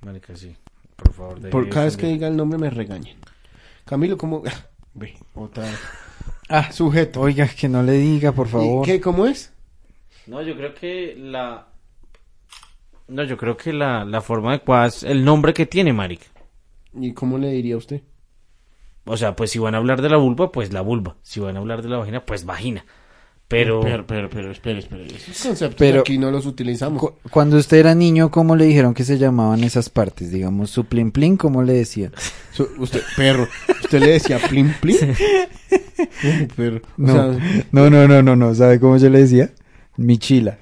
Marica, sí. Por favor, deje Por de cada vez que ofender. diga el nombre me regañan. Camilo, ¿cómo? *laughs* Ve, otra vez. Ah, sujeto. Oiga, que no le diga, por favor. ¿Y qué? ¿Cómo es? No, yo creo que la... No, yo creo que la, la forma adecuada es el nombre que tiene, marica. ¿Y cómo le diría a usted? O sea, pues si van a hablar de la vulva, pues la vulva. Si van a hablar de la vagina, pues vagina. Pero... pero, pero, espere, espere. Esos conceptos Pero- aquí no los utilizamos. Cu- Cuando usted era niño, ¿cómo le dijeron que se llamaban esas partes? Digamos, su plin plin, ¿cómo *laughs* le decían? Su- usted, perro, usted le decía plin plin. *laughs* Uy, perro. O No, sea, *laughs* no, no, no, no, no. ¿Sabe cómo yo le decía? Mi chila.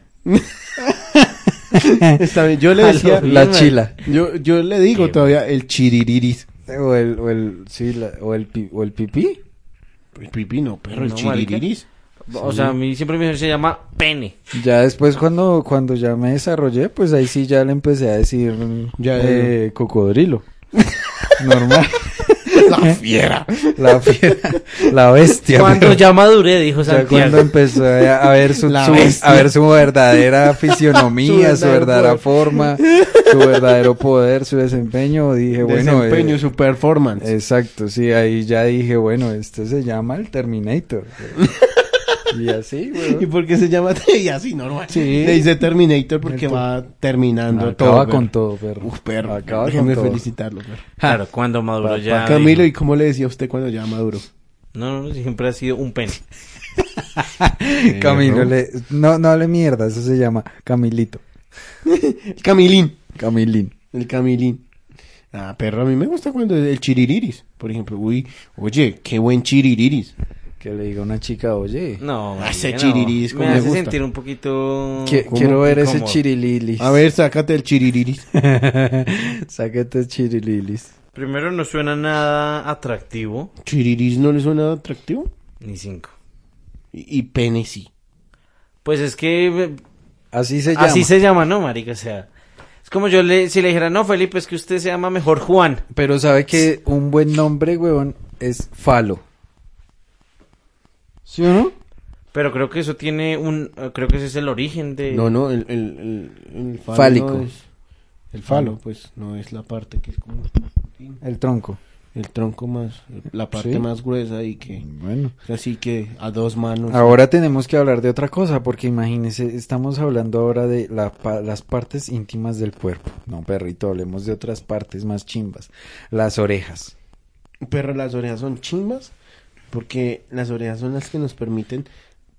Ah, está bien, *laughs* yo le A lo decía. bien, La marica. chila. Yo, yo le digo Qué todavía el chiririris. O el, o el, sí, la- o el, pi- o el pipí. El pipí no, perro, el No, marica. chiririris. O sea, a mí siempre me dijeron se llama *laughs* pene. Ya después cuando, cuando ya me desarrollé, pues ahí sí ya le empecé a decir Ya, eh, cocodrilo. *laughs* Normal. La fiera. La, fiera, la bestia. Cuando pero ya maduré, dijo ya cuando Santiago. empezó a, a ver su, La su- bestia. a ver su verdadera fisionomía, su verdadero verdadera poder. forma, su verdadero poder, su desempeño, dije, bueno, Desempeño, eh, su performance. exacto, sí, ahí ya dije, bueno, este se llama el Terminator. Y así, *laughs* ¿Y güey. por qué se llama *laughs* y así normal? Sí. Le dice Terminator porque Esto- va terminando Acaba todo. con perro. todo, perro. Uf, perro. Acaba Déjeme con todo. felicitarlo, perro. Claro, cuando maduró ya. Camilo, dijo, ¿y cómo le decía a usted cuando ya maduro? No, no, siempre ha sido un pene. Camilo, le... no, no hable mierda, eso se llama Camilito. El Camilín. Camilín. El Camilín. Ah, perro, a mí me gusta cuando el chiririris, por ejemplo. Uy, oye, qué buen chiririris. Que le diga a una chica, oye, No, *laughs* Ah, ese marica, no. chiriris, Me cómo me hace gusta. sentir un poquito. que- como quiero ver ese incómodo. chirililis. A *laughs* ver, sácate el chiririris. Sáquete este chirililis. Primero no suena nada atractivo, ¿Chiriris no le suena atractivo? ni cinco. Y, y pene sí. Pues es que eh, Así se llama. así se llama, ¿no, marica? O sea, es como yo le, si le dijera, no, Felipe, es que usted se llama mejor Juan. Pero sabe que un buen nombre, huevón, es falo. ¿Sí o no? Pero creo que eso tiene un, eh, creo que ese es el origen de. No, no, el, el, el, el falo Fálico. no es- el falo, pues, no es la parte que es como El tronco. el tronco más, la parte Sí. más gruesa y que, Bueno. así que a dos manos. Ahora tenemos que hablar de otra cosa, porque imagínese, estamos hablando ahora de la pa- las partes íntimas del cuerpo. No, perrito, hablemos de otras partes más chimbas. Las orejas. Pero las orejas son chimbas porque las orejas son las que nos permiten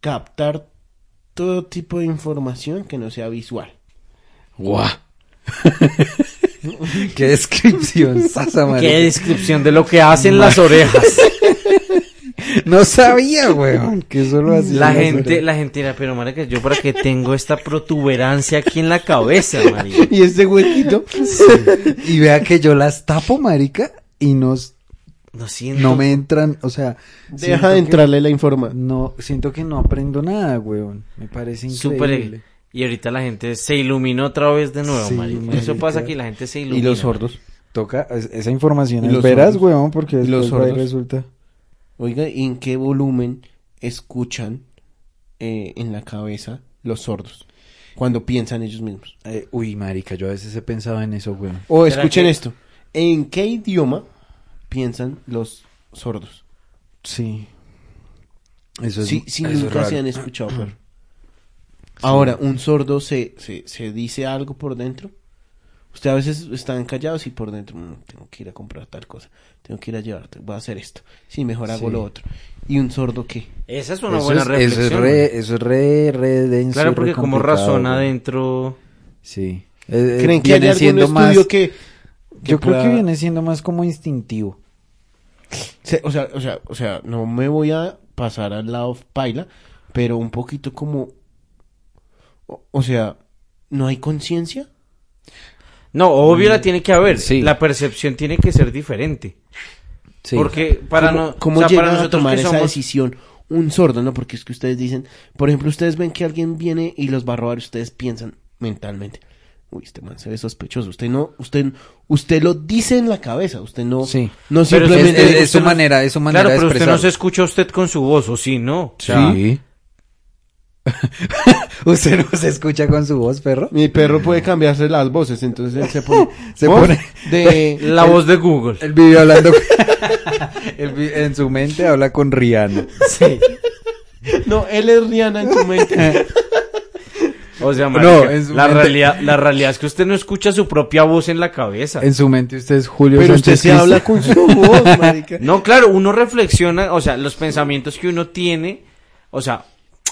captar todo tipo de información que no sea visual. ¡Guau! *laughs* ¡Qué descripción, sasa, Qué marica! descripción de lo que hacen *laughs* las orejas. No sabía, weón, que solo así. La las gente, orejas. la gente dirá, pero marica, yo para qué tengo esta protuberancia aquí en la cabeza, marica. Y ese *laughs* huequito, Y vea que yo las tapo, marica, y nos, No siento. no me entran, o sea... siento deja de que- entrarle la información. No, siento que no aprendo nada, weón. Me parece Súper- eh, increíble. Y ahorita la gente se iluminó otra vez de nuevo, Sí, marica. marica. Eso pasa aquí, la gente se ilumina. Y los sordos. Toca, es- esa información Y es los verás, sordos. weón, porque Y los después va y sordos. resulta. Oiga, ¿y en qué volumen escuchan eh, en la cabeza los sordos? Cuando piensan ellos mismos. Eh, uy, marica, yo a veces he pensado en eso, weón. O ¿Será escuchen que- esto. ¿En qué idioma piensan los sordos? Sí. Eso es, Sí, sí, eso es nunca se raro. han escuchado, pero- *clears throat* Ahora, ¿un sordo se, se, se dice algo por dentro? Usted a veces están callados y por dentro, "Mm, tengo que ir a comprar tal cosa, tengo que ir a llevarte, voy a hacer esto, sí, mejor hago Sí. lo otro. ¿y un sordo qué? Esa es una Eso buena es, eso reflexión. es marica. re, eso es re, re denso. claro, re porque como complicado, razona weón. adentro. Sí. Eh, eh, ¿Creen que hay viene algún siendo estudio más, que, que Yo creo pueda- que viene siendo más como instintivo. Se- o sea, o sea, o sea, no me voy a pasar al lado paila, pero un poquito como, o, o sea, ¿no hay conciencia? No, obvio la tiene que haber. Sí. La percepción tiene que ser diferente. Sí. Porque para, ¿Cómo, no, cómo o sea, llegan para a nosotros tomar que esa somos... decisión un sordo, no? Porque es que ustedes dicen, por ejemplo, ustedes ven que alguien viene y los va a robar, ustedes piensan mentalmente, uy, este man se ve sospechoso. Usted no, usted, usted lo dice en la cabeza, usted no, Sí. no Pero este, simplemente. es- es- usted su manera, es su manera Claro, de pero usted no expresarlo. se escucha usted con su voz, ¿o sí? No. O sea, Sí. *laughs* Usted no se escucha con su voz, perro. Mi perro puede cambiarse las voces, entonces él se pone, *laughs* Se voz pone- de *laughs* La voz de Google. Él vive hablando. *laughs* Él vi- en su mente habla con Rihanna. no, él es Rihanna en su mente. *laughs* O sea, No, marica, en su la, mente- realidad, la realidad es que usted no escucha su propia voz en la cabeza. En su mente usted es Julio Pero usted Sánchez se Cristo. habla con su voz, *laughs* *laughs* marica. No, claro, uno reflexiona, o sea, los pensamientos que uno tiene, o sea,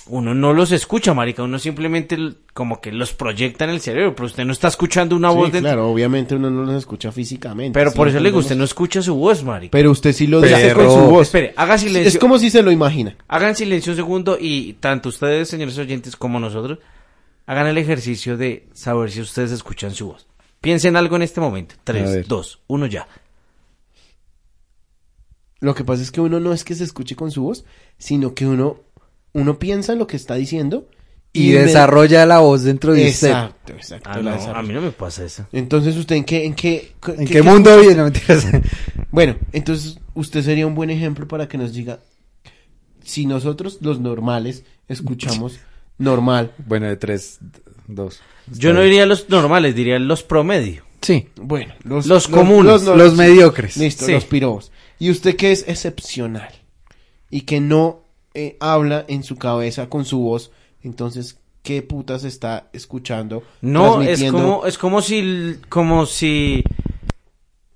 uno no los escucha, marica, uno simplemente l- como que los proyecta en el cerebro, pero usted no está escuchando una voz Sí, dentro. claro, obviamente uno no los escucha físicamente. Pero sí, por eso le digo, entendemos. usted no escucha su voz, marica. Pero usted sí lo Pero- dice con su voz. Espere, haga silencio. Es como si se lo imagina. Hagan silencio un segundo y tanto ustedes, señores oyentes, como nosotros, hagan el ejercicio de saber si ustedes escuchan su voz. Piensen algo en este momento. A Tres, ver. dos, uno ya. Lo que pasa es que uno no es que se escuche con su voz, sino que uno, uno piensa lo que está diciendo Y me- desarrolla la voz dentro de usted. Exacto, exacto. Ah, la no, desarrolla. a mí no me pasa eso. Entonces, ¿usted en qué, en qué, ¿En qué, mundo viene? *laughs* No, mentiras. Bueno, entonces usted sería un buen ejemplo para que nos diga si nosotros los normales escuchamos normal. Bueno, de tres, dos. Yo no diría los normales, diría los promedio. Sí. Bueno, los, Los comunes, Los, normales. mediocres. Listo, Sí. los pirobos. ¿Y usted que es excepcional? Y que no eh, habla en su cabeza con su voz, entonces, ¿qué putas está escuchando? No, es transmitiendo? como, es como si, como si,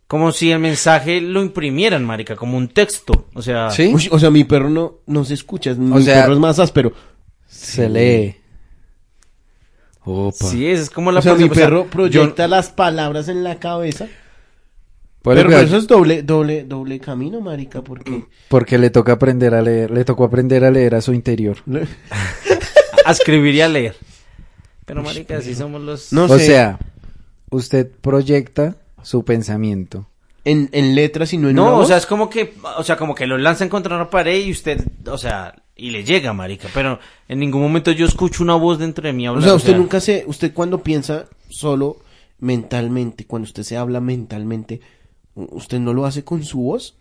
como si el mensaje lo imprimieran, marica, como un texto. O sea, Sí. Uy, o sea, mi perro no, no se escucha, mi sea- perro es más áspero. Se lee. Opa. sí es, es como la o sea, mi perce- o sea, perro yo- proyecta las palabras en la cabeza. Por pero eso- pero eso es doble, doble, doble camino, marica, porque... Porque le toca aprender a leer, le tocó aprender a leer a su interior. Mm. a escribir y a leer. Pero, marica, así somos los... No o sé, sea, usted proyecta su pensamiento. en, en letras y no en una No, o voz. sea, es como que, o sea, como que lo lanzan contra una pared y usted, o sea, y le llega, marica. Pero en ningún momento yo escucho una voz dentro de mí O hablar. sea, usted nunca se, usted cuando piensa solo mentalmente, cuando usted se habla mentalmente, ¿usted no lo hace con su voz?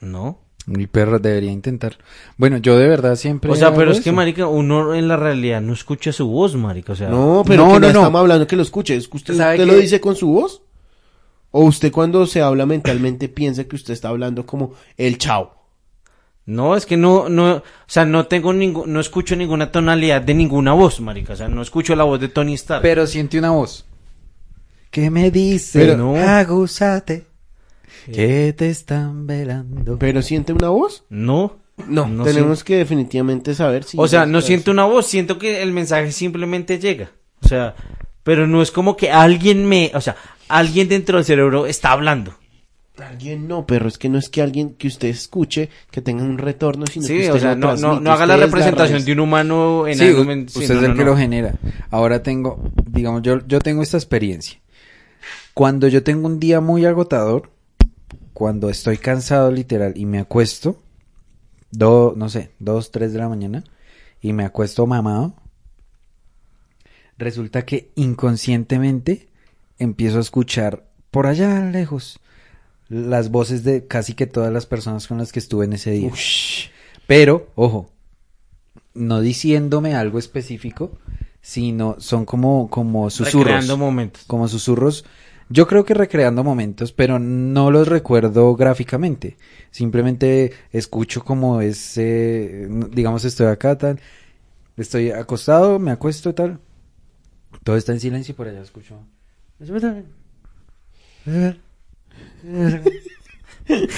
No. Mi perro debería intentar. Bueno, yo de verdad siempre. O sea, pero hago es que, eso. marica, uno en la realidad no escucha su voz, marica, o sea... No, pero No, que no, no, no. estamos hablando que lo escuche, es que usted, ¿Sabe usted qué? lo dice con su voz. O usted cuando se habla mentalmente piensa que usted está hablando como el chao. No, es que no, no, o sea, no tengo ningún, no escucho ninguna tonalidad de ninguna voz, marica, o sea, no escucho la voz de Tony Stark. Pero siente una voz. ¿Qué me dice? Pero- No. Eh. Agúzate. Que te están velando. ¿Pero siente una voz? No. No, No tenemos que definitivamente saber si... o sea, no está- siento una voz, siento que el mensaje simplemente llega. O sea, pero no es como que alguien me, o sea, alguien dentro del cerebro está hablando. Alguien no, pero es que no es que alguien que usted escuche que tenga un retorno, sino que Sí, usted o sea, lo no, no, transmite, no haga la usted es representación raíz. de un humano en Sí, algo. u- men- sí, usted no, es no, el que no. lo genera. Ahora tengo, digamos, yo, yo tengo esta experiencia. Cuando yo tengo un día muy agotador, cuando estoy cansado literal y me acuesto, do, no sé, dos, tres de la mañana, y me acuesto mamado, resulta que inconscientemente empiezo a escuchar por allá lejos las voces de casi que todas las personas con las que estuve en ese día. Pero, ojo, no diciéndome algo específico, sino son como, como susurros. Recreando momentos. Como susurros. Yo creo que recreando momentos, pero no los recuerdo gráficamente. Simplemente escucho como ese, digamos, estoy acá, tal. Estoy acostado, me acuesto, tal. Todo está en silencio y por allá escucho. *laughs*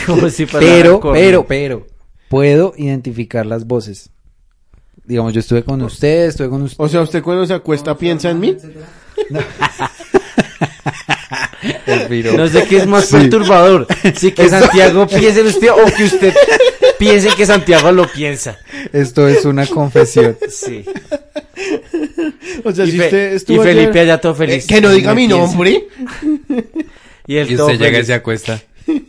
Como si pasara Pero, con- pero, pero, puedo identificar las voces. Digamos, yo estuve Pues, con usted, estuve con usted. O sea, usted cuando se acuesta piensa en mí. pues, No sé qué *laughs* es más perturbador. Si que Santiago piense en usted o que usted piense que Santiago lo piensa. Esto es una *laughs* confesión. Sí. *laughs* O sea, Y, si Fe- usted y estuvo ayer- Felipe allá todo feliz. Eh, que no diga Me mi piensa. nombre. Y él todo feliz. acuesta.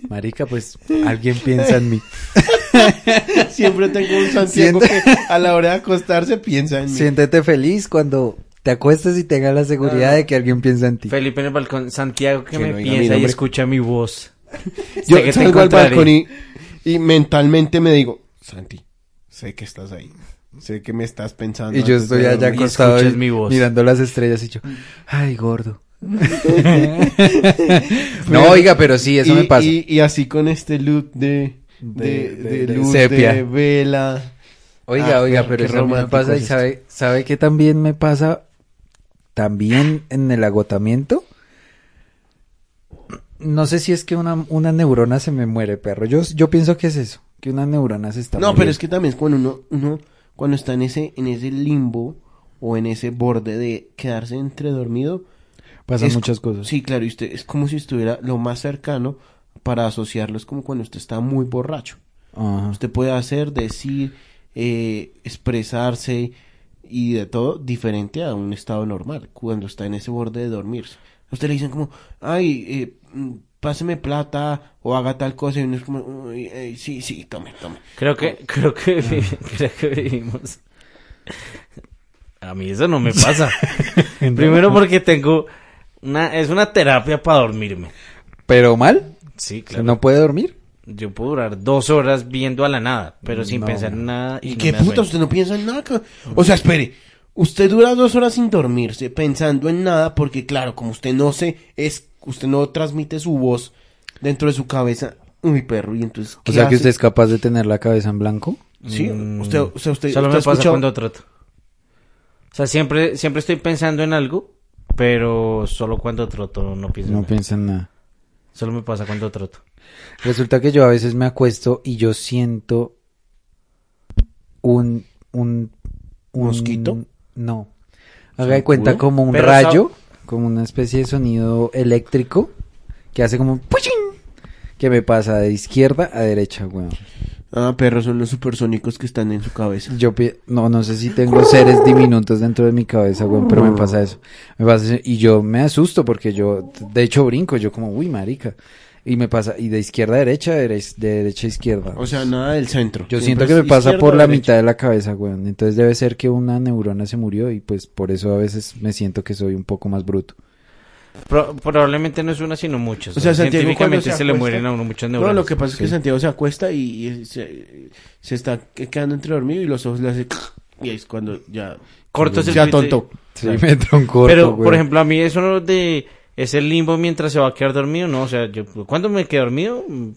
Marica, pues alguien piensa en mí. *laughs* Siempre tengo un Santiago Siente- que a la hora de acostarse piensa en mí. Siéntete feliz cuando te acuestes y tengas la seguridad de que alguien piensa en ti. Felipe en el balcón, Santiago que, Que me no diga mi piensa y nombre. escucha *laughs* mi voz. Yo Sé que te salgo al encontraré. balcón y, y mentalmente me digo, Santi, sé que estás ahí. Sé que me estás pensando. Y yo antes de estoy allá dormir". acostado escuchas y- mi voz. mirando las estrellas y yo, Mm. *laughs* ay, gordo. no, oiga, pero sí, eso Y- me pasa. Y, y así con este look de... De, De- de- de de luz, sepia. de vela. Oiga, Ah, oiga, pero pero qué eso a mí me romántico pasa es y esto. sabe, sabe que también me pasa también en el agotamiento. No sé si es que una, una neurona se me muere, perro. Yo, yo pienso que es eso, que una neurona se está No, pero es muriendo. que también es cuando uno, uno cuando está en ese, en ese limbo o en ese borde de quedarse entre dormido, pasan Es co- muchas cosas. Sí, claro, y usted es como si estuviera lo más cercano para asociarlo, es como cuando usted está muy borracho. Ajá. Usted puede hacer, decir, eh, expresarse y de todo diferente a un estado normal, cuando está en ese borde de dormirse. A usted le dicen como, ay, eh, mm, páseme plata o haga tal cosa, y uno es como, "Uy, eh, sí, sí, tome, tome. Creo que, creo que, Ah. *laughs* creo que vivimos. A mí eso no me *laughs* pasa. Primero porque tengo una, es una terapia para dormirme. Pero mal, Sí, claro. no puede dormir. Yo puedo durar dos horas viendo a la nada, pero sin No, pensar en no. nada. ¿Y no qué me da puta? sueño. Usted no piensa en nada. ca- O sea, espere. Usted dura dos horas sin dormirse, pensando en nada, porque claro, como usted no se, es, usted no transmite su voz dentro de su cabeza. Uy, perro, y entonces. O ¿qué sea que hace? usted es capaz de tener la cabeza en blanco. Sí, Mm, usted, o sea, usted, Solo usted ha me pasa escuchado- cuando trato. O sea, siempre, siempre estoy pensando en algo, pero solo cuando troto no pienso. en pues No nada. piensa en nada. Solo me pasa cuando troto. Resulta que yo a veces me acuesto y yo siento un... un, un- ¿Mosquito? No. Haga de cuenta ¿Zancudo? como un Pero rayo, como una especie de sonido eléctrico que hace como... un ¡puchín! Que me pasa de izquierda a derecha, weón. Ah, perros son los supersónicos que están en su cabeza. Yo pi- no, no sé si tengo seres diminutos dentro de mi cabeza, weón, pero me pasa eso. Me pasa eso, y yo me asusto porque yo, de hecho, brinco, yo como, uy, marica. Y me pasa, y de izquierda a derecha, de dere- de derecha a izquierda. O sea, nada del centro. yo Siempre siento que me es pasa izquierda por o la derecha. mitad de la cabeza, weón. Entonces debe ser que una neurona se murió y pues por eso a veces me siento que soy un poco más bruto. Pro- probablemente no es una, sino muchas. O sea, Santiago, cuando científicamente se se, le acuesta- mueren a uno muchas No, neuronas. lo que pasa es que Santiago se acuesta y y se, se está quedando entre dormido y los ojos le hace *laughs* y ahí es cuando ya Corto es el ya tonto. *laughs* Sí, me troncorto, Pero, weón. por ejemplo, a mí eso no de ese limbo mientras se va a quedar dormido, no, o sea, yo cuando me quedo dormido, Mm,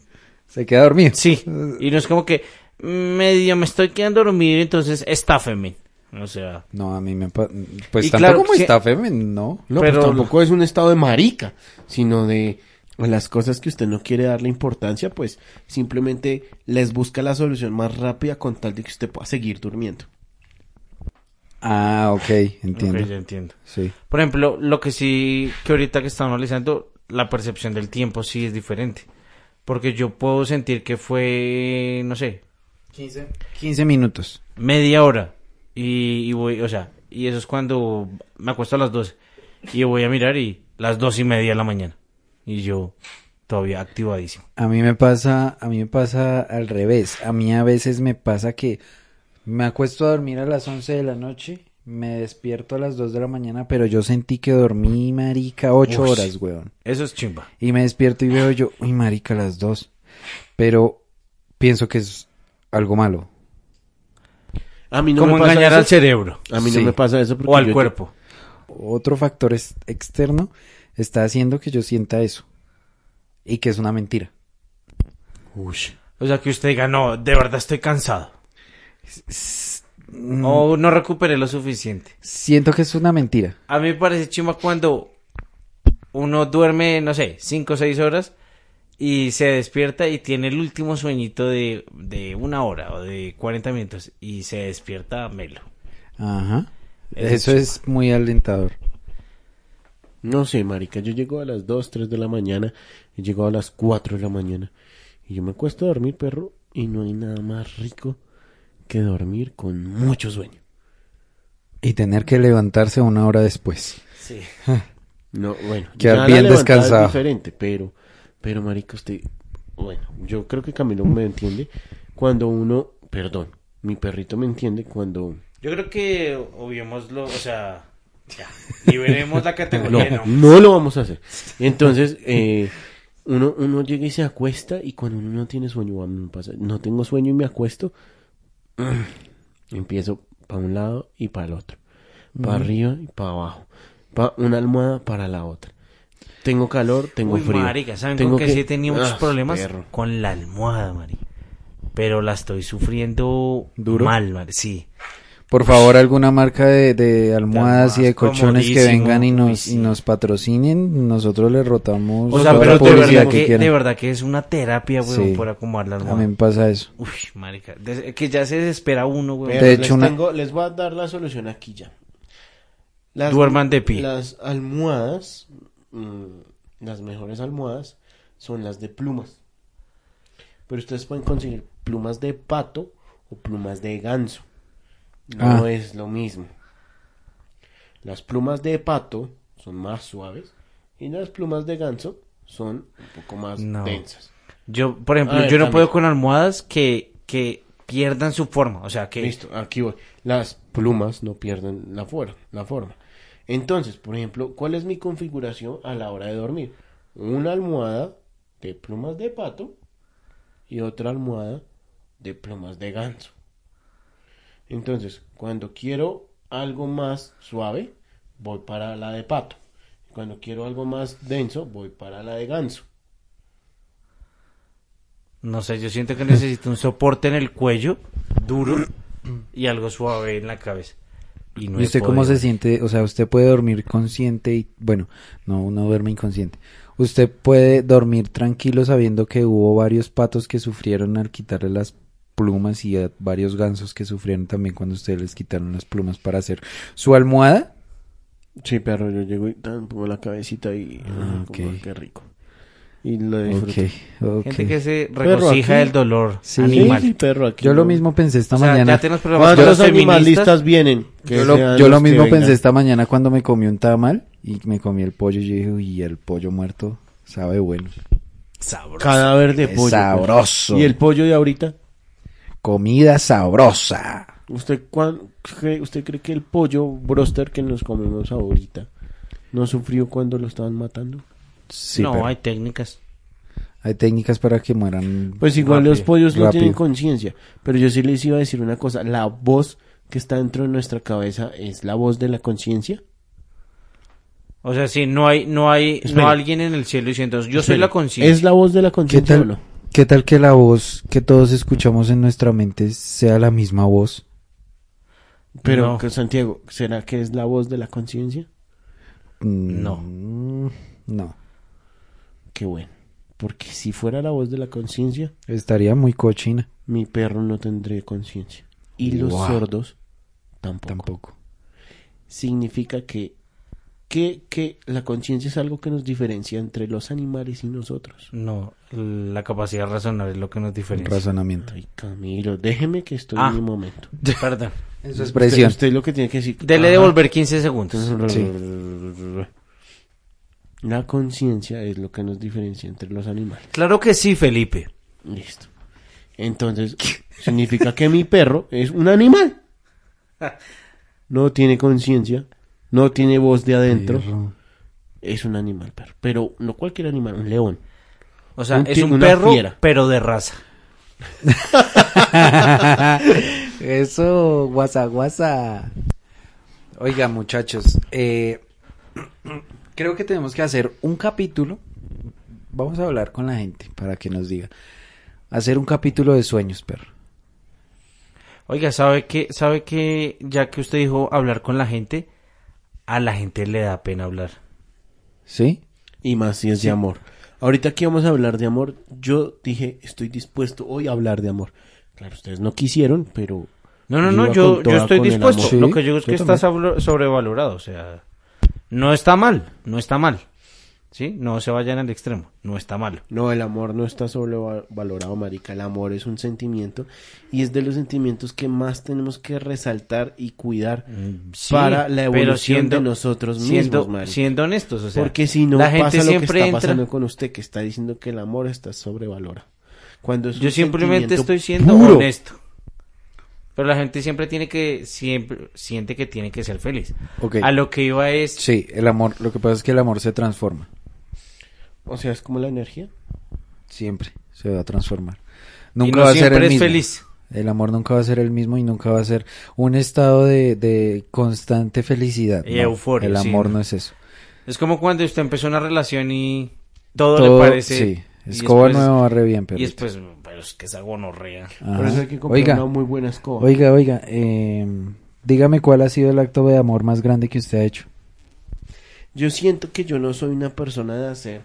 Se queda dormido. sí, y no es como que mm, medio me estoy quedando dormido, entonces estáfeme, o sea, No, a mí me pa- Pues Y tanto claro, como sí. está Femen, ¿no? No, Pero- pero tampoco es un estado de marica, sino de a las cosas que usted no quiere darle importancia, pues simplemente les busca la solución más rápida con tal de que usted pueda seguir durmiendo. Ah, ok, entiendo. ok, ya entiendo. Sí. Por ejemplo, lo que sí, que ahorita que estamos analizando, la percepción del tiempo sí es diferente, porque yo puedo sentir que fue, no sé, 15. 15 minutos. media hora y, y voy, o sea, y eso es cuando me acuesto a las 12 y voy a mirar y las dos y media de la mañana y yo todavía activadísimo. A mí me pasa, a mí me pasa al revés. A mí a veces me pasa que me acuesto a dormir a las 11 de la noche, me despierto a las 2 de la mañana, pero yo sentí que dormí, marica, 8 Uy. horas, weón. Eso es chimba. Y me despierto y veo yo, uy, marica, a las 2. Pero pienso que es algo malo. A mí no Como me pasa engañar eso. al cerebro A mí Sí. no me pasa eso porque o al yo- cuerpo. Otro factor es- externo está haciendo que yo sienta eso. Y que es una mentira. O sea, que usted diga, no, de verdad estoy cansado. Mm, O no recuperé lo suficiente. Siento que es una mentira. A mí me parece chimba cuando uno duerme, no sé, 5 o 6 horas y se despierta y tiene el último sueñito de, de una hora o de 40 minutos y se despierta melo. Ajá. Es Eso es muy alentador. No sé, marica, yo llego a las 2, 3 de la mañana y llego a las 4 de la mañana y yo me acuesto a dormir, perro, y no hay nada más rico que dormir con mucho sueño. Y tener que levantarse una hora después. *laughs* Sí. No, bueno, ya Quedar la bien levantada descansado. Es diferente, pero, pero marica, usted, bueno, yo creo que Camilo me entiende cuando uno, perdón, mi perrito me entiende cuando Yo creo que obviémoslo, o sea, ya, liberemos *laughs* la No, categoría. no. no lo vamos a hacer. Entonces, eh, uno, uno llega y se acuesta y cuando uno no tiene sueño, a mí me pasa, no tengo sueño y me acuesto, *clears throat* empiezo para un lado y para el otro, para arriba y para abajo, pa una almohada para la otra. Tengo calor, tengo Uy, frío. marica, ¿saben tengo con qué sí he tenido muchos Ah, problemas? perro. Con la almohada, marica. Pero la estoy sufriendo ¿Duro? mal, marica, sí. Por favor, alguna marca de, de almohadas y de almohadas, colchones que comodísimo. vengan y Uy, nos, sí. y nos patrocinen, nosotros les rotamos O sea, toda pero la de publicidad verdad que que, quieran. de verdad que es una terapia, weón, Sí. por acomodar la A almohada. mí me pasa eso. Uy, marica, des- que ya se desespera uno, weón. Pero De les, hecho, una- tengo- les voy a dar la solución aquí ya. Las, Duerman de pie. Las almohadas, mm, las mejores almohadas, son las de plumas. Pero ustedes pueden conseguir plumas de pato o plumas de ganso. No Ah. es lo mismo. Las plumas de pato son más suaves y las plumas de ganso son un poco más No. densas. Yo, por ejemplo, A ver, yo no Camilo. puedo con almohadas que, que pierdan su forma, o sea, que... Listo, aquí voy. Las plumas no pierden la, fuer- la forma. Entonces, por ejemplo, ¿cuál es mi configuración a la hora de dormir? Una almohada de plumas de pato y otra almohada de plumas de ganso. Entonces, cuando quiero algo más suave, voy para la de pato. Cuando quiero algo más denso, voy para la de ganso. No sé, yo siento que necesito un soporte en el cuello duro y algo suave en la cabeza. Y, no ¿Y he usted cómo podido. se siente? O sea, usted puede dormir consciente y, bueno, no, uno duerme inconsciente. Usted puede dormir tranquilo sabiendo que hubo varios patos que sufrieron al quitarle las plumas y a varios gansos que sufrieron también cuando ustedes les quitaron las plumas para hacer su almohada. Sí, pero yo llego y tan, pongo la cabecita y ah, Ah, como, ok. qué rico. Y lo Ok, disfruto. ok. Gente que se Perro regocija aquí. del dolor Sí. animal. Sí, perro aquí. Yo lo no. mismo pensé esta O sea, mañana. ya tenemos programas para ¿Cuántos los feministas. animalistas vienen? Que Yo lo, sean yo lo los que mismo vengan. pensé esta mañana cuando me comí un tamal y me comí el pollo y yo dije, uy, el pollo muerto sabe bueno. Cadáver de Es pollo. sabroso. ¿Y el pollo de ahorita? Comida sabrosa. ¿Usted, cuán- cree- ¿Usted cree que el pollo broster que nos comemos ahorita no sufrió cuando lo estaban matando? Sí, no, pero hay... hay técnicas. técnicas para que mueran. Pues igual los Rápido, pollos no rápido. tienen conciencia. Pero yo sí les iba a decir una cosa. La voz que está dentro de nuestra cabeza es la voz de la conciencia. O sea, sí, no hay, no hay, no Espera. alguien en el cielo diciendo, yo soy Espera, la conciencia. ¿Es la voz de la ¿Qué conciencia o tal, no? ¿Qué tal que la voz que todos escuchamos en nuestra mente sea la misma voz? Pero, No. que- Santiago, ¿será que es la voz de la conciencia? Mm, No. No. Qué bueno. Porque si fuera la voz de la conciencia, Estaría muy cochina. mi perro no tendría conciencia. Y los Guau. sordos tampoco. Tampoco. Significa que, que, que la conciencia es algo que nos diferencia entre los animales y nosotros. No, la capacidad de razonar es lo que nos diferencia. Razonamiento. Ay, Camilo, déjeme que estoy Ah. en mi momento. Perdón. En su Usted, expresión. usted lo que tiene que decir. Ah. Dele Ajá. devolver 15 segundos. La conciencia es lo que nos diferencia entre los animales. Claro que sí, Felipe. Listo. Entonces, significa que mi perro es un animal. No tiene conciencia, no tiene voz de adentro. Perro. Es un animal, perro. Pero no cualquier animal, un león. O sea, Un es ti- un una perro, fiera. pero de raza. *laughs* Eso, guasa, guasa. Oiga, muchachos, eh, *clears throat* creo que tenemos que hacer un capítulo. Vamos a hablar con la gente para que nos diga. Hacer un capítulo de sueños, perro. Oiga, ¿sabe que, sabe que, ya que usted dijo hablar con la gente, a la gente le da pena hablar. ¿Sí? Y más si es de amor. Ahorita que vamos a hablar de amor, yo dije, estoy dispuesto hoy a hablar de amor. Claro, ustedes no quisieron, pero... No, no, yo no, iba yo, con yo toda estoy con el dispuesto. amor. Sí, Lo que yo digo es yo que está sablo- sobrevalorado, o sea, no está mal, no está mal. ¿Sí? No se vayan al extremo, no está mal. No, el amor no está sobrevalorado, marica. El amor es un sentimiento y es de los sentimientos que más tenemos que resaltar y cuidar Mm, Sí, Mm, para la pero evolución siendo- de nosotros mismos, siendo, marica. siendo honestos, o sea, Porque si no la pasa gente lo siempre que está entra. pasando con usted, que está diciendo que el amor está sobrevalorado. Cuando es Yo un simplemente sentimiento estoy siendo puro. honesto. Pero la gente siempre tiene que, siempre siente que tiene que ser feliz. Ok. A lo que iba es, Sí, el amor, lo que pasa es que el amor se transforma. O sea, es como la energía. Siempre se va a transformar. Y Nunca no va a ser siempre el es mismo. feliz. El amor nunca va a ser el mismo y nunca va a ser un estado de, de constante felicidad. Y no. euforia, El sí, amor ¿no? no es eso. es como cuando usted empezó una relación y todo, Todo- le parece. sí, escoba como nueva barre bien, perrito. Y después, pero es que es gonorrea. Por Ajá. eso hay que comprar Oiga, una muy buena escoba. Oiga, oiga, eh, dígame cuál ha sido el acto de amor más grande que usted ha hecho. Yo siento que yo no soy una persona de hacer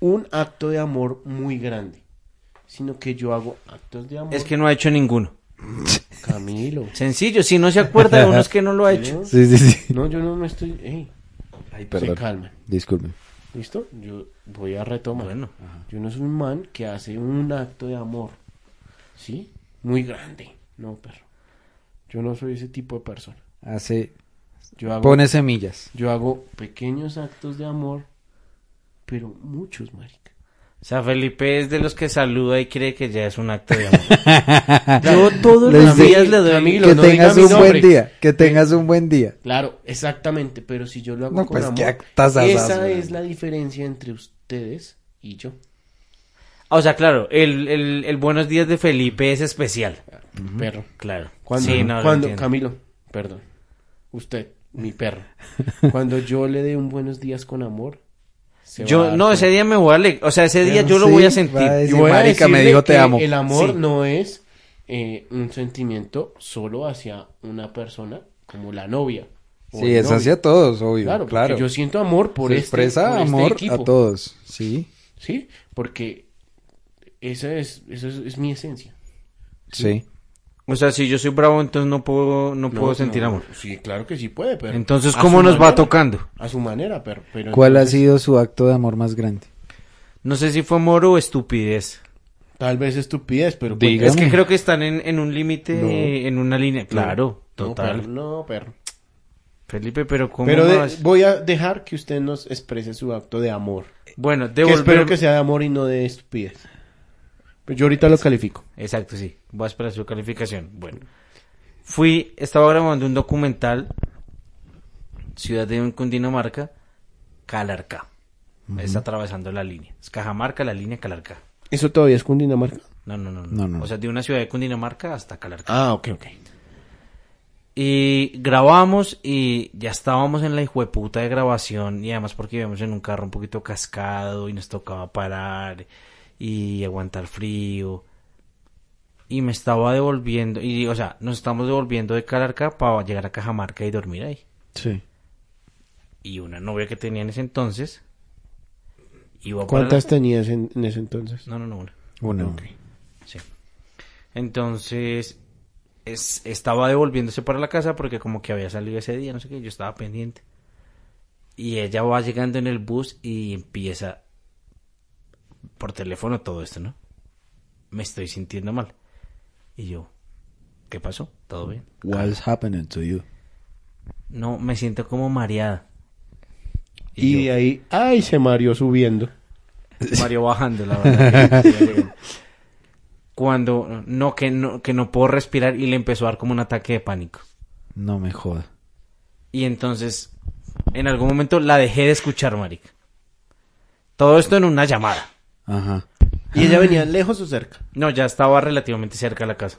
un acto de amor muy grande, sino que yo hago actos de amor. Es que no ha hecho ninguno. Camilo. Sencillo, si no se acuerda de uno es que no lo ha hecho. Sí, sí, *laughs* sí. No, yo no me estoy. ey, Ay, se perdón. calma. Disculpe. ¿Listo? Yo voy a retomar. Bueno. Yo no soy un man que hace un acto de amor. ¿Sí? Muy grande. No, perro. Yo no soy ese tipo de persona. Hace, Yo hago, pone semillas. yo hago pequeños actos de amor, pero muchos, marica. O sea, Felipe es de los que saluda y cree que ya es un acto de amor. *laughs* Yo todos Ah, Les los di- días le doy Camilo, que no diga tengas mi un buen nombre. día. Que tengas un buen día. Claro, exactamente, pero si yo lo hago No, con pues, amor, qué actasazas, esa güey. es la diferencia entre ustedes y yo. O sea, claro, el, el, el buenos días de Felipe es especial. Perro. Claro. Cuando, Sí, no, lo cuando entiendo. Camilo, perdón, usted, mi perro, cuando yo le dé un buenos días con amor, se va a Yo, dar no, cuenta. ese día me voy a ale- O sea, ese día yo lo Sí, voy va a a sentir. decir, Y voy a "Marica, me decirle dijo te que amo". El amor Sí. no es eh, un sentimiento solo hacia una persona como la novia. o Sí, el es novio. hacia todos, obvio. Claro, Claro, porque yo siento amor por Se este, expresa por este amor equipo. a todos. Sí, Sí, porque esa es, esa es, es mi esencia. sí. O sea, si yo soy bravo, entonces no puedo, no puedo No, sentir no, amor. Sí, claro que sí puede, pero. Entonces, a ¿cómo su nos va manera, tocando? A su manera, pero. pero ¿Cuál ha entonces, sido su acto de amor más grande? No sé si fue amor o estupidez. Tal vez estupidez, pero. pues, Diga. Es que Dígame. creo que están en, en un límite, No. en una línea. Claro, No, total. perro, no, perro. Felipe, pero ¿cómo Pero de- vas? voy a dejar que usted nos exprese su acto de amor. Bueno, Que espero devolver... que sea de amor y no de estupidez. Pero yo ahorita lo califico. Exacto, sí. Voy a esperar su calificación. Bueno. Fui, estaba grabando un documental, Ciudad de Cundinamarca, Calarcá. Está atravesando la línea. Es Cajamarca, la línea Calarcá. ¿Eso todavía es Cundinamarca? No, no, no, no. No, no. O sea, de una ciudad de Cundinamarca hasta Calarcá. Ah, ok, ok. Y grabamos y ya estábamos en la hijueputa de grabación y además porque íbamos en un carro un poquito cascado y nos tocaba parar y aguantar frío. Y me estaba devolviendo, y o sea, nos estamos devolviendo de Calarca para llegar a Cajamarca y dormir ahí. Sí. Y una novia que tenía en ese entonces iba para la- ¿Cuántas tenías en, en ese entonces? No, no, no, una. Uno. Sí. Entonces, es- estaba devolviéndose para la casa porque como que había salido ese día, no sé qué, yo estaba pendiente. Y ella va llegando en el bus y empieza por teléfono todo esto, ¿no? Me estoy sintiendo mal. Y yo, ¿qué pasó? ¿Todo bien? What's happening to you? No, me siento como mareada. Y, yo- de ahí, ay, se mareó subiendo. Mario bajando, la verdad. que- que ya llegó. Cuando no que no que no puedo respirar y le empezó a dar como un ataque de pánico. No me joda. Y entonces en algún momento la dejé de escuchar, marica. Todo esto en una llamada. Ajá. ¿Y ella Ah. venía lejos o cerca? No, ya estaba relativamente cerca de la casa.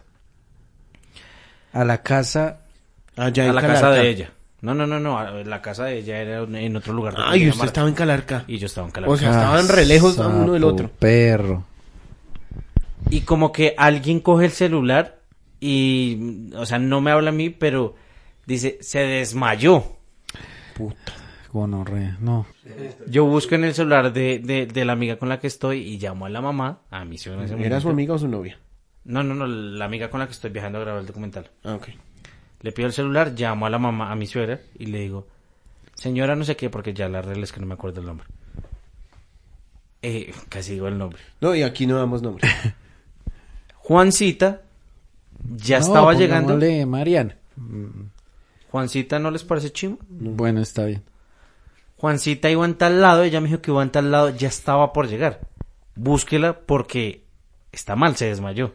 A la casa. Allá a en la casa Calarca. de ella. No, no, no, no, a la casa de ella era un- en otro lugar. de Ay, usted Cundinamarca. estaba en Calarca. y yo estaba en Calama. O sea, estaban re lejos a uno del Sapo, otro. Perro. Y como que alguien coge el celular y, o sea, no me habla a mí, pero dice, se desmayó. Gonorrea. No. Yo busco en el celular de, de, de la amiga con la que estoy y llamo a la mamá, a mi suegra en ese ¿Era su momento. amiga o su novia? No, no, no, la amiga con la que estoy viajando a grabar el documental. Ah, ok. Le pido el celular, llamo a la mamá, a mi suegra, y le digo, señora no sé qué, porque ya la regla es que no me acuerdo el nombre. Eh, casi digo el nombre. No, y aquí no damos nombre. Juancita ya No, estaba llegando. pongámosle Mariana. Juancita, ¿no les parece chimo? Bueno, está bien. Juancita iba en tal lado, ella me dijo que iba en tal lado, ya estaba por llegar. Búsquela porque está mal, se desmayó.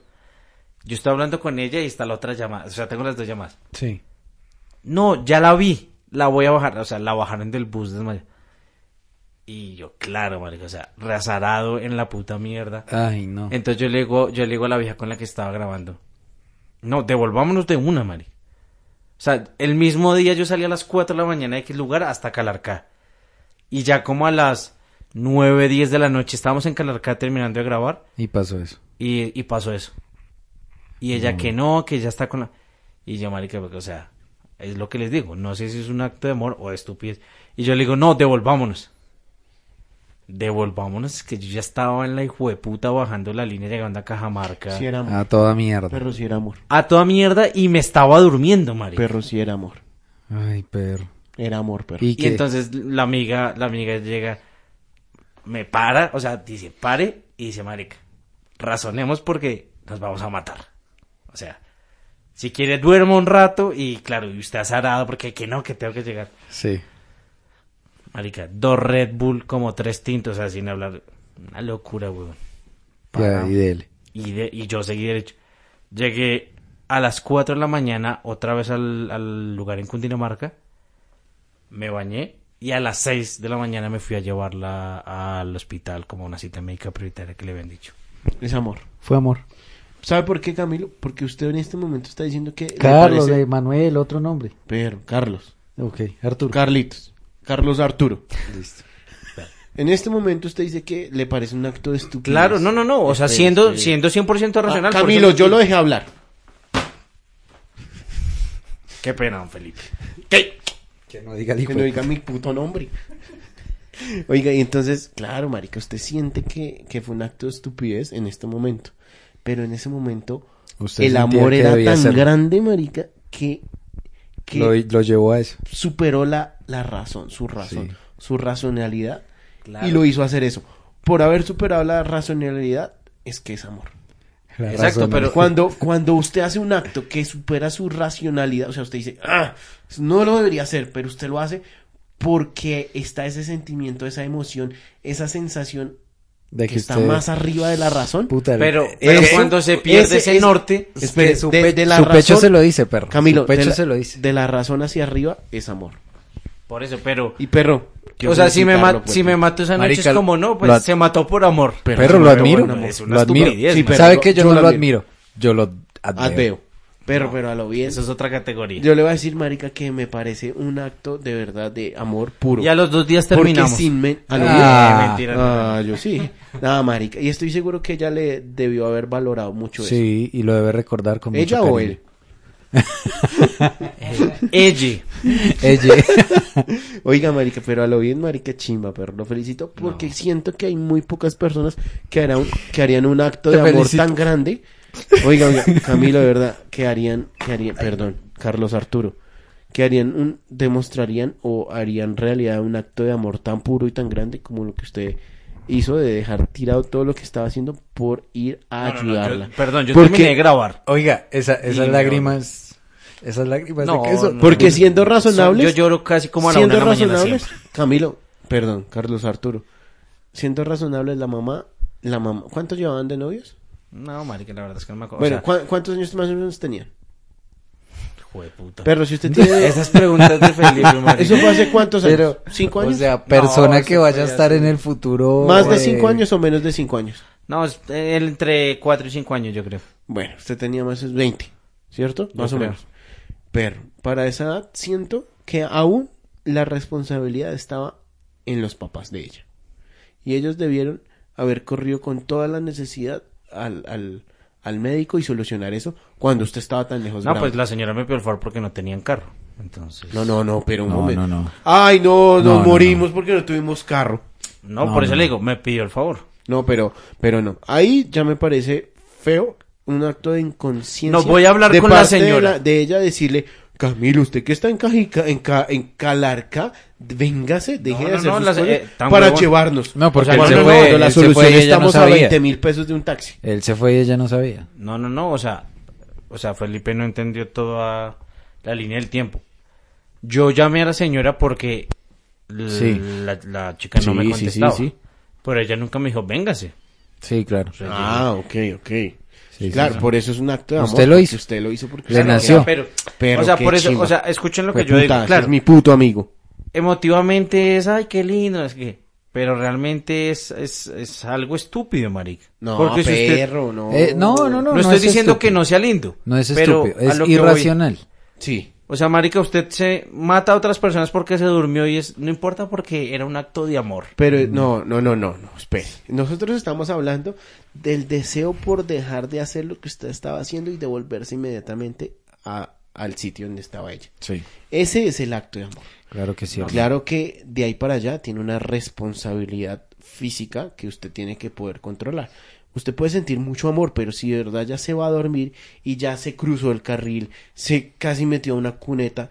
Yo estoy hablando con ella y está la otra llamada, o sea, tengo las dos llamadas. Sí. No, ya la vi, la voy a bajar, o sea, la bajaron del bus desmayada. Y yo, claro, marica, o sea, rasarado en la puta mierda. Ay, no. Eh, Entonces yo le digo, yo le digo a la vieja con la que estaba grabando. No, devolvámonos de una, Mari. O sea, el mismo día yo salí a las 4 de la mañana de X lugar hasta Calarcá. Y ya como a las 9, 10 de la noche estábamos en Calarcá terminando de grabar Y pasó eso. y, y pasó eso. Y ella que no, que ya está con la... Y yo, marica, porque, o sea, es lo que les digo. No sé si es un acto de amor o de estupidez. Y yo le digo, no, devolvámonos. Devolvámonos, que yo ya estaba en la hijo de puta bajando la línea llegando a Cajamarca. Si era amor. A toda mierda. Perro si era amor. A toda mierda y me estaba durmiendo, marica. Perro si era amor. Ay, perro. Era amor, perro. Y Y que entonces la amiga, la amiga llega, me para, o sea, dice, pare, y dice, marica, razonemos porque nos vamos a matar. O sea, si quiere duermo un rato y claro, y usted azarado porque que no, que tengo que llegar. Sí. Marica, dos Red Bull, como tres tintos, así sin hablar. Una locura, weón. Ya, y dele. Y, de- y yo seguí derecho. Llegué a las 4 de la mañana otra vez al, al lugar en Cundinamarca. Me bañé y a las 6 de la mañana me fui a llevarla al hospital como una cita médica prioritaria que le habían dicho. Es amor. Fue amor. ¿Sabe por qué, Camilo? Porque usted en este momento está diciendo que... le Carlos, eh. parece- de Manuel, otro nombre. Pero, Carlos. Ok, Arturo. Carlitos. Carlos Arturo. Listo. En este momento usted dice que le parece un acto de estupidez. Claro, no, no, no. O sea, Espere, siendo, espere. siendo 100% Ah, racional. por Camilo, eso- yo lo dejé hablar. Qué pena, don Felipe. Que no diga el hijo Que no de- diga mi puto nombre. *laughs* Oiga, y entonces, claro, marica, usted siente que, que fue un acto de estupidez en este momento. Pero en ese momento, Usted el sentía amor que era tan debía hacerlo. grande, marica, que, que Lo, lo llevó a eso. superó la, la razón, su razón, Sí. su racionalidad. Claro. Y lo hizo hacer eso. Por haber superado la racionalidad, es que es amor. La Exacto, razón pero- es- Cuando, cuando usted hace un acto que supera su racionalidad, o sea, usted dice, ah, no lo debería hacer, pero usted lo hace porque está ese sentimiento, esa emoción, esa sensación de que, está usted- más arriba de la razón. Puta, Pero, eh, pero Eso- cuando se pierde ese, ese- ese- norte, es espere, que su, de- pe- de la su pecho razón- se lo dice, perro. Camilo, su pecho de la, se lo dice. de la razón hacia arriba es amor. por eso, pero... Y perro. o sea, si me, ma- mato si me mató esa noche Marica, es como, no, pues lo- se mató por amor. Pero Perro, no lo me admiro. bueno, es una Lo admiro. estupidez, Sí, pero ¿Sabe yo- que yo yo no lo lo admiro. admiro? Yo lo admiro. Adveo. Pero, pero a lo bien. Esa es otra categoría. Ah, Yo le voy a decir, marica, que me parece un acto de verdad de amor puro. Y a los dos días Porque terminamos. sin men- a lo bien. Ah, Eh, mentira, no. Ah, yo *laughs* sí. Nada, marica. Y estoy seguro que ella le debió haber valorado mucho eso. Sí, y lo debe recordar con ¿Ella mucho o cariño. él? Ella. *laughs* Ella. Oiga, marica, pero a lo bien, marica, chimba, pero lo felicito porque siento que hay muy pocas personas que harán, que harían un acto Te de amor felicito. tan grande. Oiga, oiga, Camilo, de verdad, que harían, que harían, perdón, Carlos Arturo, que harían un, demostrarían o harían realidad un acto de amor tan puro y tan grande como lo que usted hizo de dejar tirado todo lo que estaba haciendo por ir a No, no, no, yo- ayudarla. perdón, yo Porque- terminé de grabar. Oiga, esa, esas Dime, lágrimas. Esas lágrimas No, de queso. no. Porque siendo razonables, Yo lloro casi como a la una siendo de la mañana razonables, siempre. Camilo, perdón, Carlos Arturo, siendo razonables la mamá, la mamá, ¿cuántos llevaban de novios? No, marica, la verdad es que no me acuerdo. bueno, o sea, ¿cuá- ¿cuántos años más o menos tenían? hijo de puta. Pero si usted *laughs* *laughs* tiene Esas preguntas de Felipe, marica. eso fue hace cuántos años? Pero, ¿Cinco años? O sea, persona No, que eso vaya a fue estar hace- en el futuro. más de eh, cinco años o menos de cinco años. No, es- eh, entre 4 y 5 años, yo creo. Bueno, usted tenía más de 20, ¿cierto? Yo Más o creo. menos. Pero para esa edad siento que aún la responsabilidad estaba en los papás de ella. Y ellos debieron haber corrido con toda la necesidad al, al, al médico y solucionar eso cuando usted estaba tan lejos. No, grave. pues la señora me pidió el favor porque no tenían carro. Entonces. No, no, no, pero un No, momento. no, no. Ay, no, nos No, no, morimos porque no tuvimos carro. No, No, por eso no. le digo, me pidió el favor. No, pero, pero no. Ahí ya me parece feo un acto de inconsciencia. No, voy a hablar de con la parte de señora. De, ella decirle, Camilo, usted que está en Cajica, en, Ca- en Calarca, véngase, deje No, de no, hacer no, sus las- cosas eh, tan para huevón. llevarnos. No, porque O sea, él se no, fue, no, la él se solución fue y ella estamos no a sabía. 20 mil pesos de un taxi. Él se fue y ella no sabía. No, no, no, o sea, o sea, Felipe no entendió toda la línea del tiempo. Yo llamé a la señora porque l- Sí. la, la chica no Sí, me sí, contestaba. sí, sí. Pero ella nunca me dijo, véngase. Sí, claro. O sea, Ah, ok, ok. Sí, claro, sí, sí. por eso es un acto de amor. Usted lo porque hizo. Usted lo hizo porque Le usted lo nació. quería. Pero, Pero o sea, qué por eso, chimba. o sea, escuchen lo que Fue yo puta, digo. ese Claro, es mi puto amigo. emotivamente es, ay, qué lindo, es que, pero realmente es, es, es algo estúpido, marica. No, Porque si usted- perro, no. Eh, no, no, no. no, estoy es diciendo estúpido. que no sea lindo. No es pero estúpido, a es lo que voy- irracional. Sí. O sea, marica, usted se mata a otras personas porque se durmió y es no importa porque era un acto de amor. Pero no, no, no, no, no, espere. Nosotros estamos hablando del deseo por dejar de hacer lo que usted estaba haciendo y devolverse inmediatamente a, al sitio donde estaba ella. Sí, Ese es el acto de amor. claro que sí. Claro que de ahí para allá tiene una responsabilidad física que usted tiene que poder controlar. Usted puede sentir mucho amor, pero si de verdad ya se va a dormir y ya se cruzó el carril, se casi metió a una cuneta,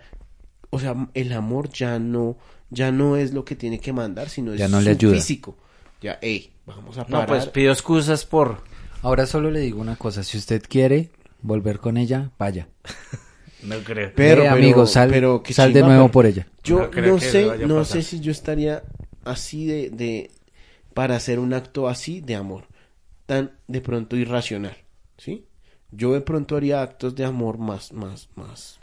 o sea, el amor ya no, ya no es lo que tiene que mandar, sino Ya es no le su ayuda. físico. Ya, hey, vamos a No, parar. pues pido excusas por Ahora solo le digo una cosa, si usted quiere volver con ella, vaya. no creo. Eh, amigo, sal- qué sal de nuevo por ella. Yo No no, creo que le sé, vaya a no pasar. sé si yo estaría así de, de para hacer un acto así de amor, tan de pronto irracional, ¿sí? Yo de pronto haría actos de amor más, más, más,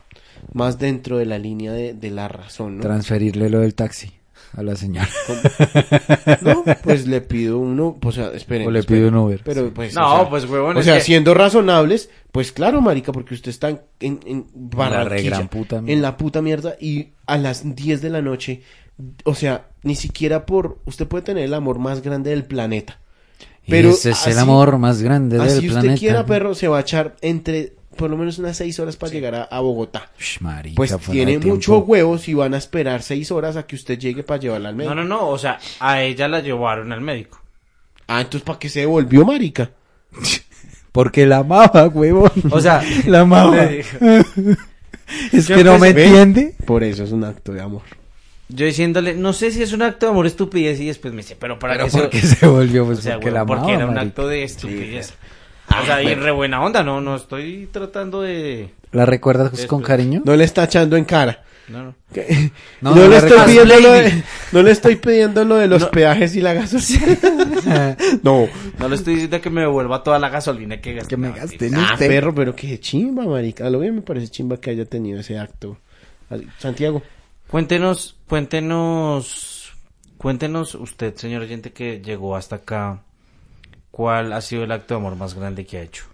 más dentro de la línea de, de la razón, ¿no? Transferirle lo del taxi a la *laughs* señora. No, pues le pido uno, o sea, esperen. O le esperen. pido un Uber. Pero pues. No, o sea, pues, huevón, O es sea, que- siendo razonables, pues claro, marica, porque usted está en, en, en Barranquilla, gran puta mierda. en la puta mierda y a las 10 de la noche, o sea, ni siquiera por, usted puede tener el amor más grande del planeta. Y Pero ese es el así- amor más grande del Así usted planeta. quiera, perro, se va a echar entre por lo menos unas seis horas para llegar a, a Bogotá. Ush, marica, Pues fuera de tiene tiempo. muchos huevos y van a esperar seis horas a que usted llegue para llevarla al médico. No, no, no, o sea, a ella la llevaron al médico. Ah, entonces ¿para qué se devolvió, marica? Porque la amaba, *laughs* huevón. O sea, *laughs* la amaba. le dijo- es Yo que no pues, me ve. entiende. Por eso es un acto de amor. yo diciéndole, no sé si es un acto de amor estupidez y después me dice, pero para Pero qué se- ¿por qué se volvió? Pues O sea, porque güey, la amaba, porque era un marica. Ah, acto de estupidez. o sea, y re buena onda, no, no estoy tratando de... ¿La recuerdas con Después. cariño? No le está echando en cara. No, no. Que- No, No, no le la estoy recuerdo. pidiendo lo Lady. de, no le estoy pidiendo lo de los No. peajes y la gasolina. *laughs* no. No le estoy diciendo que me devuelva toda la gasolina que gasté. que me No, gasté en Ah, usted. perro, pero qué chimba, marica. A lo bien me parece chimba que haya tenido ese acto. Así, Santiago. Cuéntenos, cuéntenos, cuéntenos usted, señor oyente, que llegó hasta acá, ¿cuál ha sido el acto de amor más grande que ha hecho?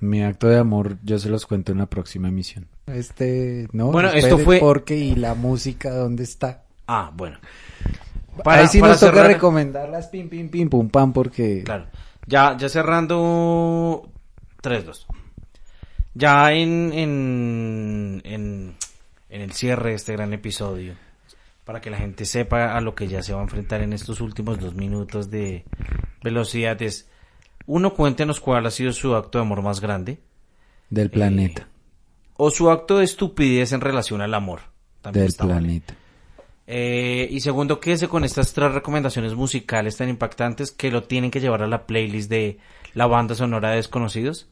Mi acto de amor, yo se los cuento en la próxima emisión. Este, no. Bueno, después esto del fue- Porque y la música, ¿dónde está? Ah, bueno. Ahí sí nos toca cerrar- recomendarlas, pim, pim, pim, pum, pam, porque. Claro. Ya, ya cerrando 3-2. Ya en, en, en, en el cierre de este gran episodio, para que la gente sepa a lo que ya se va a enfrentar en estos últimos dos minutos de velocidades. Uno, cuéntenos cuál ha sido su acto de amor más grande. Del planeta. O su acto de estupidez en relación al amor. También del está vale. planeta. Eh, y segundo, quédese con estas tres recomendaciones musicales tan impactantes que lo tienen que llevar a la playlist de la banda sonora de Desconocidos.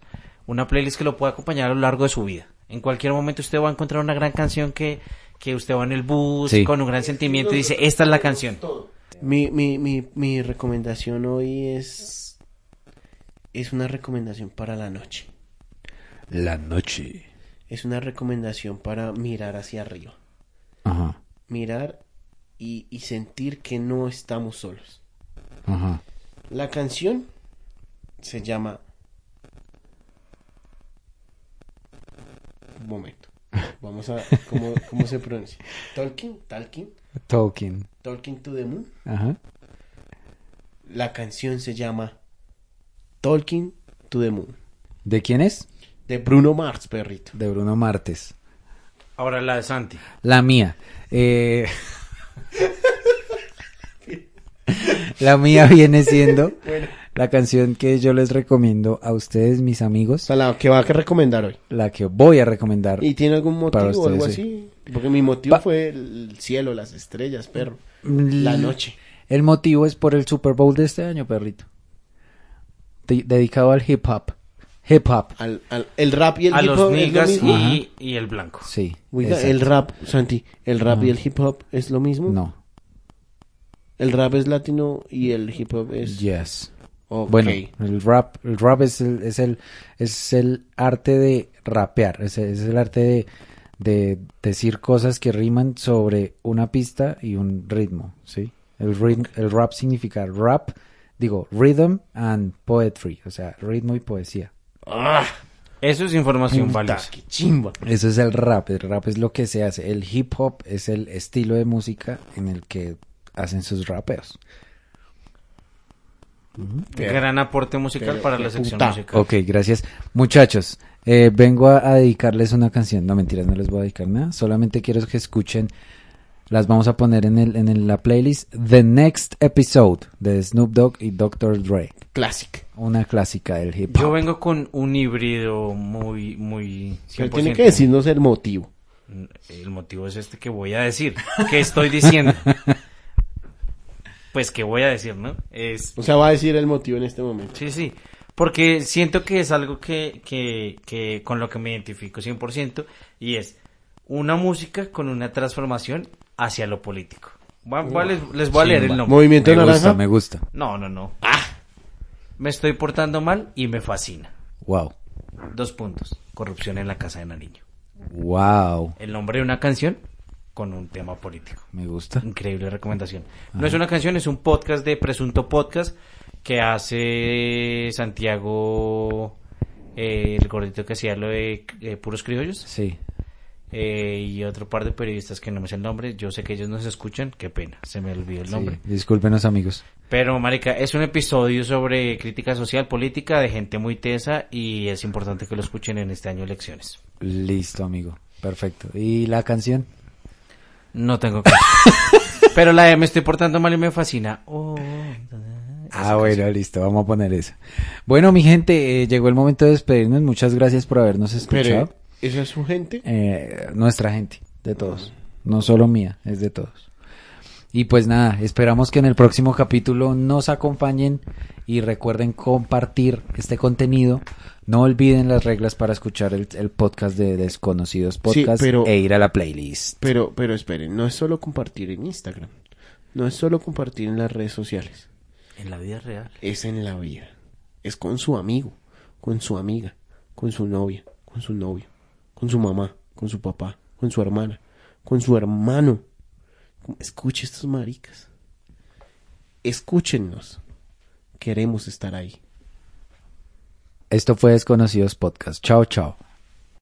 Una playlist que lo puede acompañar a lo largo de su vida. En cualquier momento usted va a encontrar una gran canción que, que usted va en el bus Sí. con un gran sentimiento y dice, esta es la canción. Mi, mi, mi, mi recomendación hoy es. Es una recomendación para la noche. La noche. Es una recomendación para mirar hacia arriba. Ajá, Mirar y, y sentir que no estamos solos. ajá. La canción se llama. Un momento. Vamos a. ¿Cómo, cómo se pronuncia? Tolkien, Talking, Tolkien. Talking to the Moon. Ajá. La canción se llama Talking to the Moon. ¿De quién es? De Bruno Mars, perrito. De Bruno Martes. Ahora la de Santi. La mía. Eh... *laughs* la mía viene siendo la canción que yo les recomiendo a ustedes, mis O amigos. sea, la que va a recomendar hoy. La que voy a recomendar. ¿Y tiene algún Para motivo o ustedes, algo sí. así? Porque mi motivo Pa- fue el cielo, las estrellas, perro. Mm, La noche. El motivo es por el Super Bowl de este año, perrito. De- dedicado al hip hop. Hip hop. Al, al- el rap y el a hip los hop. es lo niggas mismo. y, y el blanco. Sí. Oiga, exacto. el rap, Santi, ¿el rap y el hip hop es lo mismo? No. El rap es latino y el hip hop es... Yes. Ok. Bueno, el rap, el rap es el, es el, es el arte de rapear, es, es el arte de, de decir cosas que riman sobre una pista y un ritmo, ¿sí? El, rit- el rap significa rap, digo, rhythm and poetry, o sea, ritmo y poesía. ¡Ah! Eso es información puta, valiosa. ¡Qué chimba! Eso es el rap, el rap es lo que se hace, el hip hop es el estilo de música en el que hacen sus rapeos. Gran aporte musical para la sección puta. musical. Ok, gracias. Muchachos, eh, vengo a, a dedicarles una canción. No, mentiras, no les voy a dedicar nada. Solamente quiero que escuchen. Las vamos a poner en, el, en el- la playlist The Next Episode de Snoop Dogg y Dr. Dre. Classic. Una clásica del hip Yo hop. vengo con un híbrido muy, muy... Pero 100%. tiene que decirnos el motivo. El motivo es este que voy a decir. ¿Qué estoy diciendo? pues que voy a decir, ¿no? Es... O sea, va a decir el motivo en este momento. Sí, sí. Porque siento que es algo que, que, que con lo que me identifico 100% y es una música con una transformación hacia lo político. Va- va- les, les voy a leer el nombre. Movimiento Ah, me gusta, naranja. me gusta. No, no, no. ¡Ah! Me estoy portando mal y me fascina. Wow. Dos puntos. Corrupción en la casa de Nariño. Wow. El nombre de una canción con un tema político. Me gusta. Increíble recomendación. No es una canción, es un podcast de Presunto Podcast que hace Santiago, eh, el gordito que hacía lo de eh, Puros Criollos, Sí. eh, y otro par de periodistas que no me sé el nombre. Yo sé que ellos nos escuchan, qué pena, se me olvidó el sí. nombre. Discúlpenos, amigos. Pero, marica, es un episodio sobre crítica social, política, de gente muy tesa y es importante que lo escuchen en este año de elecciones. Listo, amigo. Perfecto. ¿Y la canción? No tengo *laughs* que... Pero la de me estoy portando mal y me fascina. Oh, Ah, bueno, listo, vamos a poner esa. Bueno, mi gente, eh, llegó el momento de despedirnos. Muchas gracias por habernos escuchado. Pero, ¿esa es su gente? Eh, nuestra gente, de todos. No solo mía, es de todos. Y pues nada, esperamos que en el próximo capítulo nos acompañen y recuerden compartir este contenido. No olviden las reglas para escuchar el, el podcast de Desconocidos Podcast pero- e ir a la playlist. Pero, pero esperen, no es solo compartir en Instagram. No es solo compartir en las redes sociales. En la vida real. Es en la vida. Es con su amigo, con su amiga, con su novia, con su novio, con su mamá, con su papá, con su hermana, con su hermano. Escuche estos maricas. Escúchennos. Queremos estar ahí. Esto fue Desconocidos Podcast. Chao, chao.